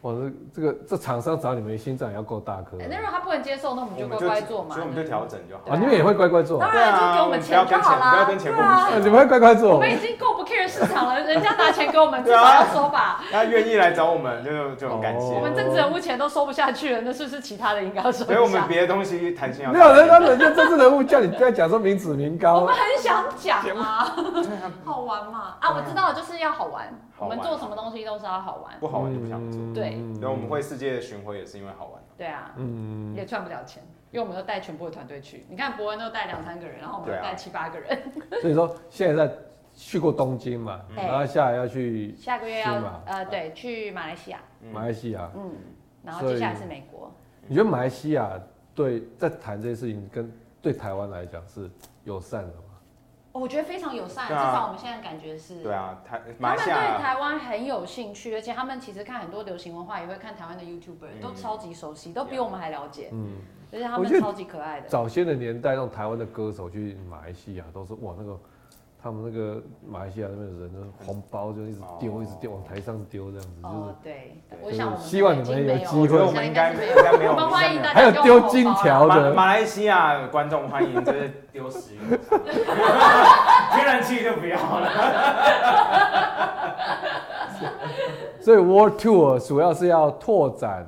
[SPEAKER 3] 哇，这这个这厂商找你们心脏也要够大颗啊
[SPEAKER 2] 欸那如果他不能接受，那我们就
[SPEAKER 1] 我
[SPEAKER 2] 乖
[SPEAKER 1] 们
[SPEAKER 2] 乖做嘛，
[SPEAKER 1] 所以我们就调整就好。
[SPEAKER 2] 对
[SPEAKER 3] 啊，你们也会乖乖做，
[SPEAKER 2] 当
[SPEAKER 3] 啊
[SPEAKER 2] 然就给
[SPEAKER 1] 对
[SPEAKER 2] 我们
[SPEAKER 1] 啊我
[SPEAKER 2] 钱
[SPEAKER 1] 们不
[SPEAKER 2] 就
[SPEAKER 1] 要跟
[SPEAKER 2] 好
[SPEAKER 1] 钱
[SPEAKER 2] 啦，
[SPEAKER 1] 不要跟钱过不去
[SPEAKER 2] 对啊
[SPEAKER 3] 你们会乖乖
[SPEAKER 2] 我
[SPEAKER 3] 做
[SPEAKER 2] 们。已经够不 care 市场了，人家拿钱给我们，至
[SPEAKER 1] 对
[SPEAKER 2] 少
[SPEAKER 1] 啊
[SPEAKER 2] 要收吧。
[SPEAKER 1] 那愿意来找我们就就很感谢。
[SPEAKER 3] 哦
[SPEAKER 2] 我们政治人物钱都收不下去了，那是不是其他的应该要收一
[SPEAKER 1] 所
[SPEAKER 2] 下？
[SPEAKER 1] 以我们别的东西弹性要
[SPEAKER 3] 没有人，他人家政治人物叫你不要讲说民脂民
[SPEAKER 2] 我
[SPEAKER 3] 膏
[SPEAKER 2] 们，很想讲啊， <laughs> 好玩嘛啊！我知道，就是要好玩。我
[SPEAKER 1] 好玩
[SPEAKER 2] 们做什么东西都是要好玩。
[SPEAKER 1] 不好玩就不想做。
[SPEAKER 2] 对
[SPEAKER 1] 然后我们会世界巡回也是因为好玩。
[SPEAKER 2] 对啊，
[SPEAKER 3] 嗯，
[SPEAKER 2] 也赚不了钱，因为我们都带全部的团队去。你看伯恩都带两三个人，然后我们
[SPEAKER 1] 对
[SPEAKER 2] 都
[SPEAKER 1] 啊
[SPEAKER 2] 带七八个人。
[SPEAKER 3] 所以说现在在去过东京嘛，
[SPEAKER 2] 嗯
[SPEAKER 3] 然后下来要去
[SPEAKER 2] 下个月要
[SPEAKER 3] 是吗
[SPEAKER 1] 啊
[SPEAKER 2] 呃对去马来西亚，
[SPEAKER 3] 马来西亚。
[SPEAKER 2] 嗯，然后接下来是美国。
[SPEAKER 3] 你觉得马来西亚对在谈这些事情跟对台湾来讲是友善的吗？
[SPEAKER 2] 哦我觉得非常友善，至
[SPEAKER 1] 对啊
[SPEAKER 2] 少我们现在感觉是
[SPEAKER 1] 对啊，台
[SPEAKER 2] 他
[SPEAKER 1] 马
[SPEAKER 2] 们
[SPEAKER 1] 来
[SPEAKER 2] 对
[SPEAKER 1] 西亚
[SPEAKER 2] 台湾很有兴趣，而且他们其实看很多流行文化，也会看台湾的 YouTuber，、
[SPEAKER 1] 嗯
[SPEAKER 2] 都超级熟悉，都比我们还了解，
[SPEAKER 3] 嗯，
[SPEAKER 2] 而且他
[SPEAKER 3] 我觉得
[SPEAKER 2] 们超级可爱的。
[SPEAKER 3] 早些的年代，让台湾的歌手去马来西亚都是哇那个。他们那个马来西亚那边的人，就是红包就一直丢，
[SPEAKER 1] 哦
[SPEAKER 3] 一直丢往台上丢这样子，就是
[SPEAKER 2] 哦，对，
[SPEAKER 1] 对
[SPEAKER 2] 我想我们
[SPEAKER 3] 希望你
[SPEAKER 2] 已经
[SPEAKER 3] 们有
[SPEAKER 2] 没
[SPEAKER 3] 机会
[SPEAKER 1] 我觉得我
[SPEAKER 2] 现在
[SPEAKER 1] 们
[SPEAKER 2] 应
[SPEAKER 1] 应该
[SPEAKER 2] 该是
[SPEAKER 1] 没
[SPEAKER 2] 没
[SPEAKER 1] 有
[SPEAKER 2] 有。
[SPEAKER 1] 应该没
[SPEAKER 2] 我
[SPEAKER 1] 有
[SPEAKER 2] 们欢迎大家
[SPEAKER 3] 还有
[SPEAKER 2] 给我
[SPEAKER 3] 丢
[SPEAKER 2] 们红包
[SPEAKER 3] 金
[SPEAKER 2] 啦
[SPEAKER 3] 条
[SPEAKER 1] 马
[SPEAKER 3] 的，
[SPEAKER 1] 马来西亚观众欢迎，就是丢石 <laughs>
[SPEAKER 2] <laughs>
[SPEAKER 1] 油，天然气就不要了。
[SPEAKER 3] 所以 World Tour 主要是要拓展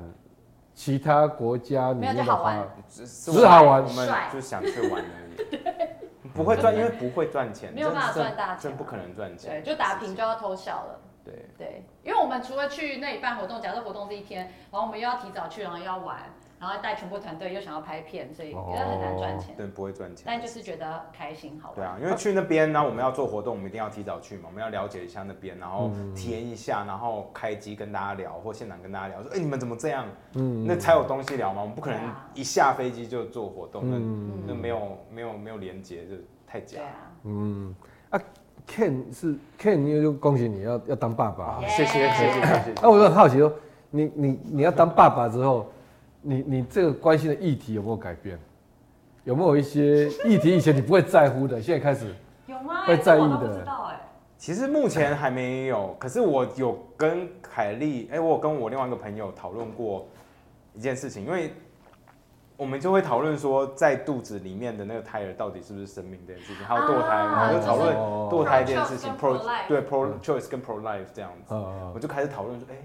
[SPEAKER 3] 其他国家里面
[SPEAKER 2] 没
[SPEAKER 3] 的
[SPEAKER 2] 有就好
[SPEAKER 3] 话，
[SPEAKER 2] 玩
[SPEAKER 1] 只
[SPEAKER 3] 只是啊好玩
[SPEAKER 1] 我们
[SPEAKER 2] 帅
[SPEAKER 1] 就想去玩
[SPEAKER 2] <laughs>
[SPEAKER 1] 而已，不会赚，因为不会赚钱，
[SPEAKER 2] 没有办法
[SPEAKER 1] 真
[SPEAKER 2] 赚大钱啊
[SPEAKER 1] 真不可能赚
[SPEAKER 2] 对，
[SPEAKER 1] 钱，
[SPEAKER 2] 就打平就要偷笑了。
[SPEAKER 1] 对。
[SPEAKER 2] 对，因为我们除了去那一半活动，假设活动是一天，然后我们又要提早去，然后又要玩，然后带全部团队又想要拍片，所以
[SPEAKER 3] 哦
[SPEAKER 2] 觉得很难赚钱。
[SPEAKER 1] 对，不会赚钱
[SPEAKER 2] 但。就是觉得开心好
[SPEAKER 1] 对
[SPEAKER 2] 玩。
[SPEAKER 1] 啊，因为去那边，然后我们要做活动，我们一定要提早去嘛，我们要了解一下那边，然后体验一下，然后开机跟大家聊，或现场跟大家聊，说，哎、你们怎么这样？
[SPEAKER 3] 嗯，
[SPEAKER 1] 那才有东西聊嘛。我们不可
[SPEAKER 2] 对
[SPEAKER 1] 能
[SPEAKER 2] 啊
[SPEAKER 1] 一下飞机就做活动，
[SPEAKER 3] 嗯
[SPEAKER 1] 那那没有没有没有连接，就太假
[SPEAKER 2] 对。啊，
[SPEAKER 3] 嗯啊，Ken 是 Ken，你就恭喜你要要当爸爸。
[SPEAKER 1] 啊
[SPEAKER 3] 啊，
[SPEAKER 1] 谢谢哎谢谢谢谢。
[SPEAKER 3] 我就很好奇说，你你你要当爸爸之后，你你这个关心的议题有没有改变？有没有一些议题以前你不会在乎的，现在开始？
[SPEAKER 2] 有吗？
[SPEAKER 3] 会在意的
[SPEAKER 2] 这我都不知道哎、
[SPEAKER 1] 其实目前还没有，可是我有跟凯莉，哎、我有跟我另外一个朋友讨论过一件事情，因为我们就会讨论说，在肚子里面的那个胎儿到底是不是生命这件事情，还有堕胎，
[SPEAKER 2] 啊
[SPEAKER 1] 我们就讨论
[SPEAKER 3] 哦
[SPEAKER 1] 堕胎这件事情
[SPEAKER 2] pro choice 跟 pro life
[SPEAKER 1] 对 pro choice 跟 pro life 这样子，
[SPEAKER 3] 呃
[SPEAKER 1] 我就开始讨论说，哎、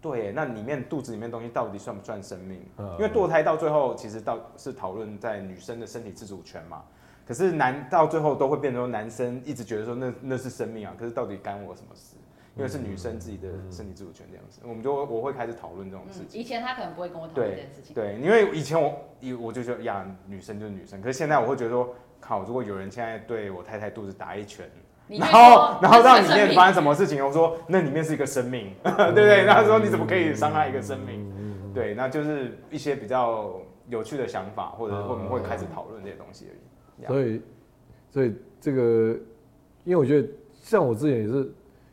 [SPEAKER 1] 对耶，那里面肚子里面的东西到底算不算生命？
[SPEAKER 3] 呃
[SPEAKER 1] 因为堕胎到最后其实到是讨论在女生的身体自主权嘛，可是男到最后都会变成说男生一直觉得说那那是生命啊，可是到底干我什么事？因为是女生自己的身体自主权这样子，我们就我会开始讨论这种事
[SPEAKER 2] 嗯，
[SPEAKER 1] 情。
[SPEAKER 2] 以前他可能不会跟我讨论这
[SPEAKER 1] 对
[SPEAKER 2] 件事情。
[SPEAKER 1] 对，因为以前我以我就觉得呀，女生就是女生，可是现在我会觉得说，靠，如果有人现在对我太太肚子打一拳，
[SPEAKER 2] 你
[SPEAKER 1] 然
[SPEAKER 2] 越
[SPEAKER 1] 后
[SPEAKER 2] 说
[SPEAKER 1] 然后
[SPEAKER 2] 这
[SPEAKER 1] 让
[SPEAKER 2] 是
[SPEAKER 1] 里
[SPEAKER 2] 生
[SPEAKER 1] 面
[SPEAKER 2] 命
[SPEAKER 1] 发生什么事情，我说那里面是一个生命， <laughs> 对不对？然后说你怎么可以伤害一个生命？对，那就是一些比较有趣的想法，或者
[SPEAKER 3] 嗯
[SPEAKER 1] 我们会开始讨论这些东西而已。
[SPEAKER 3] 所以，所以这个，因为我觉得像我之前也是，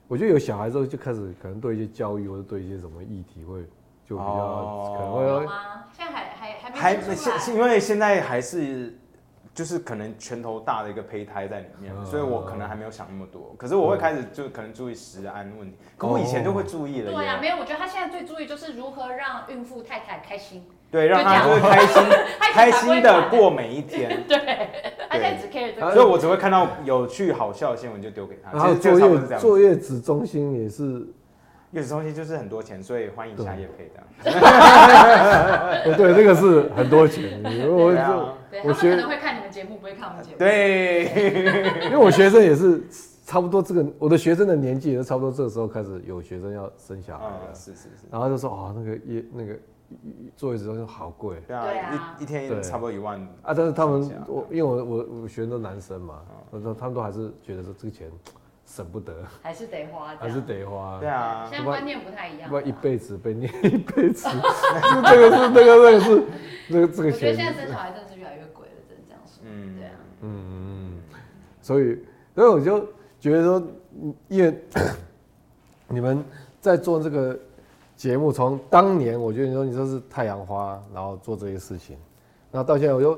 [SPEAKER 3] 我觉得有小孩之后就开始可能对一些教育或者对一些什么议题会就比较、
[SPEAKER 1] 哦
[SPEAKER 3] 可能
[SPEAKER 2] 有
[SPEAKER 3] 会
[SPEAKER 2] 吗？现在还还还
[SPEAKER 1] 还
[SPEAKER 2] 没出
[SPEAKER 1] 现
[SPEAKER 2] 来。
[SPEAKER 1] 是因为现在还是就是可能拳头大的一个胚胎在里面，
[SPEAKER 3] 嗯
[SPEAKER 1] 所以我可能还没有想那么多。可是我会开始就可能注意食安问题，可我以前就会注意了
[SPEAKER 2] 对呀、
[SPEAKER 1] 耶。
[SPEAKER 2] 没有，我觉得他现在最注意就是如何让孕妇太太开心，
[SPEAKER 1] 对，让
[SPEAKER 2] 就这
[SPEAKER 1] 他
[SPEAKER 2] 样
[SPEAKER 1] 就是开
[SPEAKER 2] <laughs>
[SPEAKER 1] 心
[SPEAKER 2] 他
[SPEAKER 1] 开
[SPEAKER 2] 以前
[SPEAKER 1] 心
[SPEAKER 2] 不会
[SPEAKER 1] 的
[SPEAKER 2] 管
[SPEAKER 1] 过每一
[SPEAKER 2] <laughs>
[SPEAKER 1] 天。
[SPEAKER 2] 他现在只 care 这
[SPEAKER 3] 啊
[SPEAKER 2] 个。
[SPEAKER 1] 所以我只会看到有趣好笑的新闻就丢给他。
[SPEAKER 3] 然
[SPEAKER 1] 其
[SPEAKER 3] 后
[SPEAKER 1] 实
[SPEAKER 3] 坐
[SPEAKER 1] 就差不多是这
[SPEAKER 3] 月
[SPEAKER 1] 样。
[SPEAKER 3] 坐月子中心也是，
[SPEAKER 1] 月子中心就是很多钱，所以欢迎下夜配这样。
[SPEAKER 3] 哦对，这个是很
[SPEAKER 1] <laughs>
[SPEAKER 3] 多钱，我
[SPEAKER 1] 对
[SPEAKER 3] 我
[SPEAKER 1] 啊，
[SPEAKER 2] 对，他
[SPEAKER 3] 我
[SPEAKER 2] 们可
[SPEAKER 3] 学
[SPEAKER 2] 能会看你们节目，不会看我们节目。
[SPEAKER 1] 对，
[SPEAKER 3] 因为我学生也是差不多这个，我的学生的年纪也是差不多这个时候开始有学生要生小孩了
[SPEAKER 1] 嗯，，是是是，
[SPEAKER 3] 然后就说哦那个也那个坐月子中心好贵。
[SPEAKER 1] 对
[SPEAKER 2] 对
[SPEAKER 1] 啊
[SPEAKER 2] 啊，
[SPEAKER 1] 一一天
[SPEAKER 3] 对
[SPEAKER 1] 差不多一万。
[SPEAKER 3] 啊，但是他
[SPEAKER 1] 上
[SPEAKER 3] 们
[SPEAKER 1] 下
[SPEAKER 3] 我因为我我我学生都男生嘛，
[SPEAKER 1] 嗯
[SPEAKER 3] 我说他们都还是觉得说这个钱省不得，
[SPEAKER 2] 还是得花这
[SPEAKER 3] <laughs> 还
[SPEAKER 2] 样，
[SPEAKER 3] 是得花
[SPEAKER 1] 对，啊，
[SPEAKER 2] 现在观念不太一样
[SPEAKER 3] 不
[SPEAKER 2] 了。
[SPEAKER 3] 然一辈子被念 <laughs> 一辈子。是这个是那个那个是那个这
[SPEAKER 2] 我
[SPEAKER 3] 个
[SPEAKER 2] 觉得现在
[SPEAKER 3] 钱，
[SPEAKER 2] 生小孩真的是越来越贵了，真的这样说。
[SPEAKER 1] 嗯，
[SPEAKER 2] 对啊，
[SPEAKER 3] 嗯，所以所以我就觉得说，嗯因为 <coughs> 你们在做这个节目，从当年我觉得你说你说是太阳花，然后做这些事情，那到现在我就，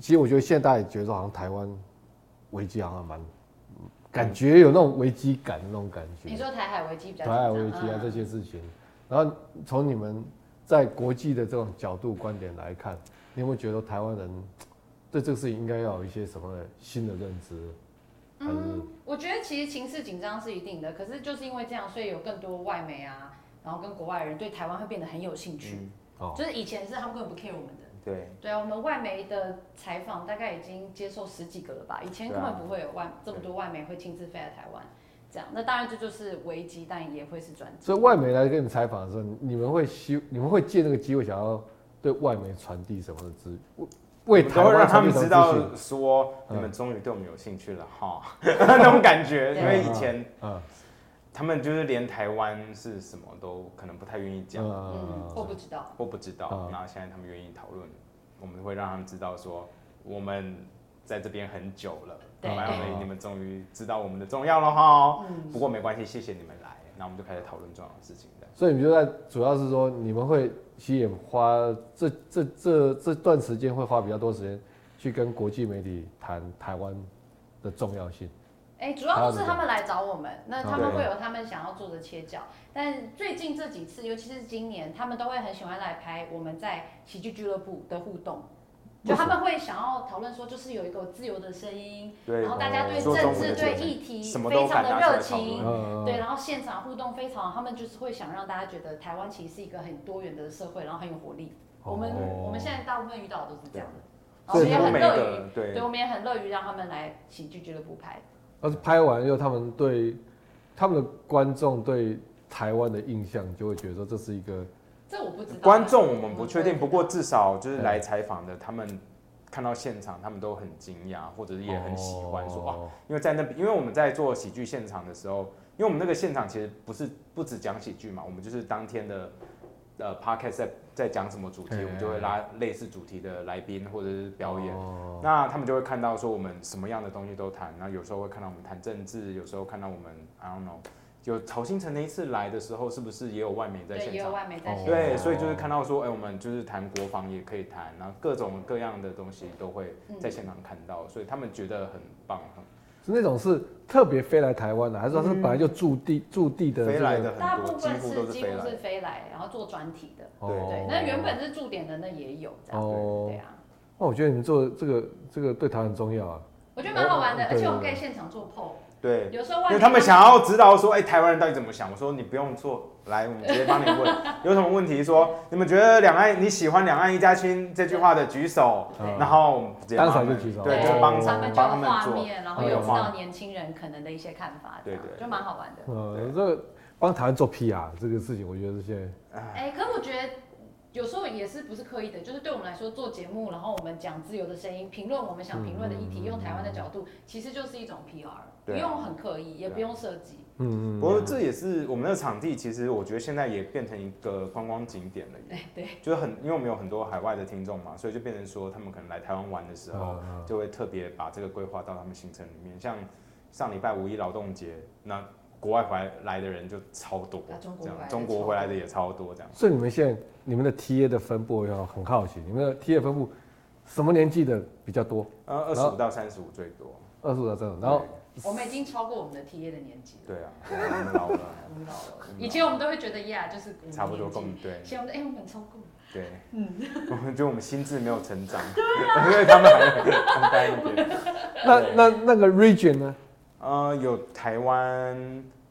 [SPEAKER 3] 其实我觉得现在大家也觉得说好像台湾危机好像蛮，感觉有那种危机感的那种感
[SPEAKER 2] 你
[SPEAKER 3] 觉，
[SPEAKER 2] 说台海危机比较
[SPEAKER 3] 台海危机
[SPEAKER 2] 紧
[SPEAKER 3] 啊
[SPEAKER 2] 张嗯
[SPEAKER 3] 这些事情，然后从你们在国际的这种角度观点来看，你有没有觉得台湾人对这个事情应该要有一些什么新的认知？还是
[SPEAKER 2] 嗯，我觉得其实情势紧张是一定的，可是就是因为这样，所以有更多外媒啊，然后跟国外人对台湾会变得很有兴趣。
[SPEAKER 1] 嗯
[SPEAKER 3] 哦，
[SPEAKER 2] 就是以前是他们根本不 care 我们的，
[SPEAKER 1] 对，
[SPEAKER 2] 对啊，我们外媒的采访大概已经接受十几个了吧，以
[SPEAKER 1] 啊
[SPEAKER 2] 前根本不会有外这么多外媒会亲自飞来台湾，这样，那当然这就是危机，但也会是转机。
[SPEAKER 3] 所以外媒来跟你采访的时候，你们会希你们会借这个机会想要对外媒传递什么的资？为
[SPEAKER 1] 我
[SPEAKER 3] 为
[SPEAKER 1] 们
[SPEAKER 3] 台
[SPEAKER 1] 都会
[SPEAKER 3] 湾
[SPEAKER 1] 让他
[SPEAKER 3] 传递
[SPEAKER 1] 们
[SPEAKER 3] 什么
[SPEAKER 1] 知
[SPEAKER 3] 资讯？
[SPEAKER 1] 道说
[SPEAKER 3] 嗯
[SPEAKER 1] 你们终于对我们有兴趣了哈， <laughs> 那种感觉，
[SPEAKER 2] 对
[SPEAKER 1] 因为以前
[SPEAKER 3] 嗯
[SPEAKER 1] 他们就是连台湾是什么都可能不太愿意讲，
[SPEAKER 2] 嗯，我
[SPEAKER 3] 嗯
[SPEAKER 2] 不知道，
[SPEAKER 1] 或不知道
[SPEAKER 3] 嗯，
[SPEAKER 1] 然后现在他们愿意讨论，我们会让他们知道说我们在这边很久了，
[SPEAKER 2] 对
[SPEAKER 1] 然后
[SPEAKER 3] 嗯
[SPEAKER 1] 你们终于知道我们的重要了哈。
[SPEAKER 2] 嗯，
[SPEAKER 1] 不过没关系，谢谢你们来，那我们就开始讨论重要的事情的。
[SPEAKER 3] 所以你们就在主要是说你们会其实也花这这这这段时间会花比较多时间去跟国际媒体谈台湾的重要性。
[SPEAKER 2] 哎，主要都是他们来找我们，
[SPEAKER 1] 啊
[SPEAKER 2] 那他们
[SPEAKER 3] 对
[SPEAKER 2] 会有他们想要做的切角，但最近这几次，尤其是今年，他们都会很喜欢来拍我们在喜剧俱乐部的互动，就他们会想要讨论说，就是有一个自由的声音，
[SPEAKER 1] 对哦
[SPEAKER 2] 然后大家对嗯
[SPEAKER 1] 说
[SPEAKER 2] 政
[SPEAKER 1] 中文
[SPEAKER 2] 治
[SPEAKER 1] 的
[SPEAKER 2] 对
[SPEAKER 1] 政治
[SPEAKER 2] 议题
[SPEAKER 1] 什么
[SPEAKER 2] 非
[SPEAKER 1] 都敢
[SPEAKER 2] 常的
[SPEAKER 1] 拿出来讨
[SPEAKER 2] 热情
[SPEAKER 1] 论。
[SPEAKER 3] 嗯，
[SPEAKER 2] 对，然后现场互动非常，他们就是会想让大家觉得台湾其实是一个很多元的社会，然后很有活力。我们
[SPEAKER 3] 哦
[SPEAKER 2] 我们现在大部分遇到的都是这样的，然后
[SPEAKER 3] 所
[SPEAKER 2] 我
[SPEAKER 3] 以
[SPEAKER 2] 们也
[SPEAKER 1] 欧
[SPEAKER 2] 哦
[SPEAKER 1] 美
[SPEAKER 2] 很乐
[SPEAKER 1] 的
[SPEAKER 2] 于，
[SPEAKER 1] 对
[SPEAKER 2] 对，我们也很乐于让他们来喜剧俱乐部拍。
[SPEAKER 3] 而是拍完以后，他们对他们的观众对台湾的印象就会觉得说这是一个
[SPEAKER 2] 这我不知道。
[SPEAKER 1] 观众我们不确定，
[SPEAKER 2] 嗯
[SPEAKER 1] 不过至少就是来采访的，他们看到现场，他们都很惊讶，或者是也很喜欢说哇，
[SPEAKER 3] 哦
[SPEAKER 1] 因为在那边，因为我们在做喜剧现场的时候，因为我们那个现场其实不是不只讲喜剧嘛，我们就是当天的呃 podcast 在在讲什么主题，
[SPEAKER 3] 嘿
[SPEAKER 1] 我们就会拉类似主题的来宾或者是表演。
[SPEAKER 3] 哦
[SPEAKER 1] 那他们就会看到说我们什么样的东西都谈，那有时候会看到我们谈政治，有时候看到我们 I don't know，有曹新成那一次来的时候，是不是也有外媒在
[SPEAKER 2] 对，
[SPEAKER 1] 现
[SPEAKER 2] 也有
[SPEAKER 1] 场？
[SPEAKER 2] 外媒在
[SPEAKER 3] 哦
[SPEAKER 2] 现场。
[SPEAKER 1] 对，所以就是看到说，哎、我们就是谈国防也可以谈，然后各种各样的东西都会
[SPEAKER 2] 嗯
[SPEAKER 1] 在现场看到，所以他们觉得很棒，很
[SPEAKER 3] 是那种是特别飞来台湾的，还是说他是
[SPEAKER 1] 嗯
[SPEAKER 3] 本来就驻地驻地的这个？
[SPEAKER 1] 飞来的
[SPEAKER 2] 大
[SPEAKER 1] 很
[SPEAKER 2] 部
[SPEAKER 1] 多，几
[SPEAKER 2] 分
[SPEAKER 1] 乎都
[SPEAKER 2] 是
[SPEAKER 1] 是
[SPEAKER 2] 几
[SPEAKER 1] 飞
[SPEAKER 2] 乎
[SPEAKER 1] 来
[SPEAKER 2] 是。飞来，然后做专题的。
[SPEAKER 3] 哦
[SPEAKER 2] 对，那原本是驻点的那也有这样。
[SPEAKER 3] 哦
[SPEAKER 2] 对，啊，
[SPEAKER 3] 那我觉得你们做这个这个对台湾很重要啊。
[SPEAKER 2] 我觉得蛮好玩的，
[SPEAKER 3] 哦
[SPEAKER 2] 而且我们可
[SPEAKER 3] 对
[SPEAKER 2] 以现场做 PO。
[SPEAKER 1] 对，
[SPEAKER 2] 有时候外
[SPEAKER 1] 因
[SPEAKER 2] 媒
[SPEAKER 1] 为他们想要知道说，哎、台湾人到底怎么想？我说你不用做，来，我们直接帮你问，
[SPEAKER 2] <laughs>
[SPEAKER 1] 有什么问题说，你们觉得两岸你喜欢“两岸一家亲”这句话的举手，
[SPEAKER 2] 对
[SPEAKER 1] 然
[SPEAKER 3] 啊
[SPEAKER 1] 后我们直接帮他们
[SPEAKER 3] 嗯当场就举手
[SPEAKER 1] 对，
[SPEAKER 3] 哦
[SPEAKER 1] 就是帮
[SPEAKER 2] 他们就
[SPEAKER 1] 帮
[SPEAKER 2] 有
[SPEAKER 1] 他们
[SPEAKER 2] 画
[SPEAKER 1] 做，
[SPEAKER 2] 面，然后
[SPEAKER 1] 有
[SPEAKER 2] 又知
[SPEAKER 1] 画
[SPEAKER 2] 道年轻人可能的一些看法，这
[SPEAKER 1] 对
[SPEAKER 2] 样
[SPEAKER 1] 对
[SPEAKER 2] 就蛮好玩的。
[SPEAKER 3] 呃，这个帮台湾做 PR 这个事情，我觉得是现在
[SPEAKER 2] 哎、可我觉得有时候也是不是刻意的，就是对我们来说做节目，然后我们讲自由的声音，评论我们想评论的议
[SPEAKER 1] 嗯
[SPEAKER 2] 题，用台湾的角度，其实就是一种 PR，、不
[SPEAKER 1] 对啊
[SPEAKER 2] 用很刻意，也
[SPEAKER 1] 对啊
[SPEAKER 2] 不用设计。
[SPEAKER 3] 嗯嗯，
[SPEAKER 1] 不过这也是我们的场地，其实我觉得现在也变成一个观光景点了，
[SPEAKER 2] 对哎对，
[SPEAKER 1] 就是很，因为我们有很多海外的听众嘛，所以就变成说他们可能来台湾玩的时候，
[SPEAKER 3] 嗯
[SPEAKER 1] 就会特别把这个规划到他们行程里面。像上礼拜五一劳动节，那国外回来的人就超多
[SPEAKER 2] 啊，中国
[SPEAKER 1] 这样
[SPEAKER 2] 回来的
[SPEAKER 1] 中
[SPEAKER 2] 超
[SPEAKER 1] 国
[SPEAKER 2] 多
[SPEAKER 1] 回来的也超多，这样。
[SPEAKER 3] 所以你们现在你们的 TA 的分布，我要很好奇，你们的 TA 分布什么年纪的比较多？
[SPEAKER 1] 呃，二十
[SPEAKER 3] 然后
[SPEAKER 1] 五到三十五最多。
[SPEAKER 3] 二十五到三十，然后
[SPEAKER 2] 我们已经超过我们的 TA 的年纪了，
[SPEAKER 1] 对啊，对啊我们老
[SPEAKER 2] <laughs>
[SPEAKER 1] 了，
[SPEAKER 2] 我们老了
[SPEAKER 1] 嗯。
[SPEAKER 2] 以前我们都会觉得呀，就是我们
[SPEAKER 1] 差不多
[SPEAKER 2] 年纪
[SPEAKER 1] 够。对
[SPEAKER 2] 现在我们哎、我们超过了，
[SPEAKER 1] 对，<laughs>
[SPEAKER 2] 嗯
[SPEAKER 1] 我们觉得我们心智没有成长， <laughs> 因为他们还很呆一点。
[SPEAKER 3] 那那那个 region 呢？
[SPEAKER 1] 呃，有台湾，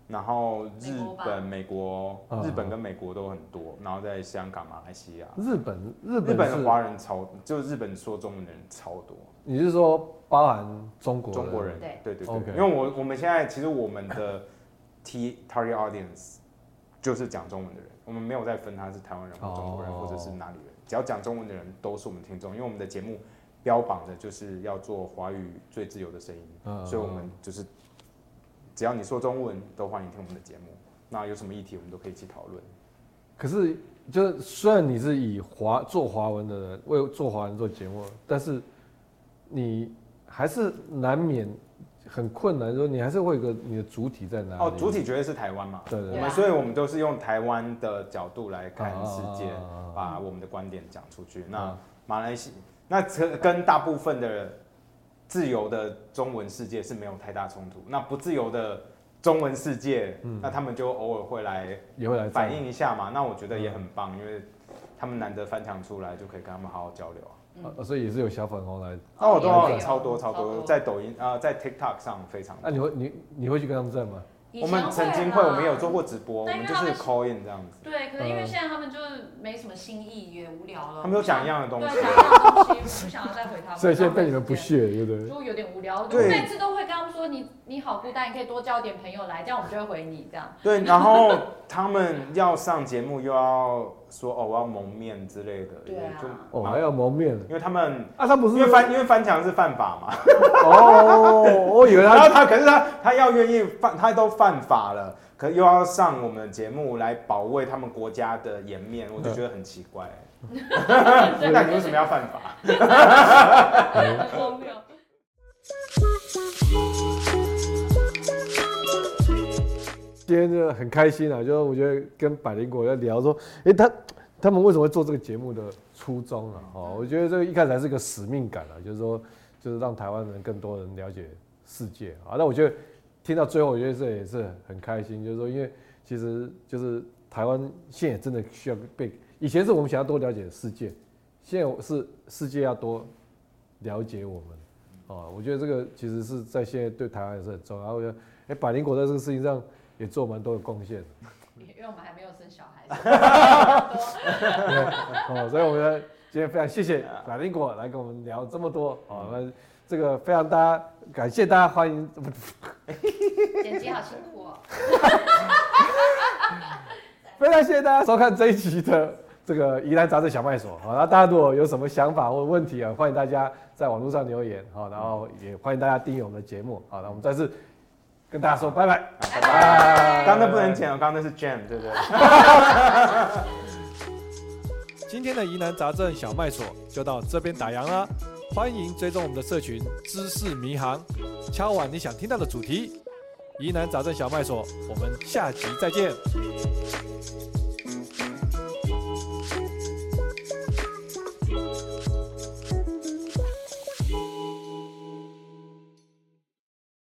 [SPEAKER 1] 然后日
[SPEAKER 2] 美国吧
[SPEAKER 1] 本、美国
[SPEAKER 3] 嗯，
[SPEAKER 1] 日本跟美国都很多，然后在香港、马来西亚，
[SPEAKER 3] 日本日
[SPEAKER 1] 日
[SPEAKER 3] 本
[SPEAKER 1] 本的
[SPEAKER 3] 是，
[SPEAKER 1] 华人超，就日本说中文的人超多，
[SPEAKER 3] 你是说包含中国
[SPEAKER 1] 中国人，
[SPEAKER 2] 对
[SPEAKER 1] 对对
[SPEAKER 3] OK
[SPEAKER 1] 对，因为我我们现在其实我们的 T target audience 就是讲中文的人，我们没有再分他是台湾人或中国人
[SPEAKER 3] 哦
[SPEAKER 1] 或者是哪里人，只要讲中文的人都是我们听众，因为我们的节目标榜的就是要做华语最自由的声音，
[SPEAKER 3] 嗯
[SPEAKER 1] 所以我们就是只要你说中文，都欢迎听我们的节目。那有什么议题，我们都可以一起讨论。
[SPEAKER 3] 可是，就是虽然你是以华做华文的人，为做华人做节目，但是你还是难免很困难，说你还是会有一个你的主体在哪里？
[SPEAKER 1] 哦，主体绝对是台湾嘛，
[SPEAKER 3] 对对
[SPEAKER 1] 我
[SPEAKER 2] 对啊
[SPEAKER 1] 们所以我们都是用台湾的角度来看世界
[SPEAKER 3] 啊啊啊啊，
[SPEAKER 1] 把我们的观点讲出去。那
[SPEAKER 3] 啊
[SPEAKER 1] 马来西那这跟大部分的自由的中文世界是没有太大冲突。那不自由的中文世界，那他们就偶尔会嗯来嗯
[SPEAKER 3] 也会来站
[SPEAKER 1] 反映一下嘛。那我觉得也很棒，因为他们难得翻墙出来，就可以跟他们好好交流啊。
[SPEAKER 2] 嗯
[SPEAKER 3] 啊所以也是有小粉红来。
[SPEAKER 1] 那我都
[SPEAKER 3] 哦
[SPEAKER 1] 要
[SPEAKER 3] 有
[SPEAKER 1] 超多超多，在抖音啊，在 TikTok 上非常
[SPEAKER 3] 那、你会你你会去跟他们站吗？
[SPEAKER 1] 我们曾经会，我们有做。过直播，我
[SPEAKER 2] 啊但因
[SPEAKER 1] 们
[SPEAKER 2] 为
[SPEAKER 1] 就是
[SPEAKER 2] 他们
[SPEAKER 1] call in 这样子。
[SPEAKER 2] 对，可是因为
[SPEAKER 3] 嗯
[SPEAKER 2] 现在他们就是没什么新意，也无聊了。
[SPEAKER 1] 他们都讲一样的东西
[SPEAKER 2] 对，讲一啊样的东西，我不想要再回他们。
[SPEAKER 3] 所以现在被你们不屑，对不对？
[SPEAKER 2] 就有点无聊。我
[SPEAKER 1] 对
[SPEAKER 2] 每次都会跟他们说：“你你好孤单，你可以多交点朋友来，这样我们就会回你。”这样
[SPEAKER 1] 对，然后他们要上节目又要说哦，我要蒙面之类的，
[SPEAKER 2] 对啊
[SPEAKER 1] 就
[SPEAKER 3] 哦，还要蒙面
[SPEAKER 1] 因为他们
[SPEAKER 3] 啊？他不是
[SPEAKER 1] 因为翻因为翻墙是犯法嘛，
[SPEAKER 3] 哦，我以为
[SPEAKER 1] 然
[SPEAKER 3] 他
[SPEAKER 1] 后 <laughs> 他可是他他要愿意犯，他都犯法了，可又要上我们的节目来保卫他们国家的颜面，我就觉得很奇怪、 <laughs> 那你为什
[SPEAKER 2] <laughs>
[SPEAKER 1] 么要犯法？
[SPEAKER 2] 很荒谬。
[SPEAKER 3] 今天就很开心啊，就是我觉得跟百灵果要聊说，诶，他他们为什么会做这个节目的初衷啊？哦，我觉得这个一开始还是个使命感啊，就是说，就是让台湾人更多人了解世界啊。那我觉得听到最后，我觉得这也是很开心，就是说，因为其实就是台湾现在也真的需要被，以前是我们想要多了解世界，现在是世界要多了解我们。哦，我觉得这个其实是在现在对台湾也是很重要。然后我觉得，哎、百灵果在这个事情上也做蛮多的贡献的。 <laughs>
[SPEAKER 2] 因为我们还没有生小孩，所以不多
[SPEAKER 3] 哦，所以我们今天非常谢谢百灵果来跟我们聊这么多。哦，那这个非常大家感谢大家欢迎，
[SPEAKER 2] 剪辑好辛苦哦。
[SPEAKER 3] 非常谢谢大家收看这一期的这个宜兰杂志小卖所。哦好，那大家如果有什么想法或问题啊，欢迎大家在网络上留言。好，然后也欢迎大家订阅我们的节目。哦好，那我们再次跟大家说拜拜。
[SPEAKER 1] 拜拜。
[SPEAKER 3] 拜
[SPEAKER 1] <laughs> 刚刚那不能剪哦，刚刚那是 jam，对不对？
[SPEAKER 4] 今天的疑难杂症小卖所就到这边打烊啦，欢迎追踪我们的社群知识迷航，敲完你想听到的主题。疑难杂症小卖所，我们下集再见。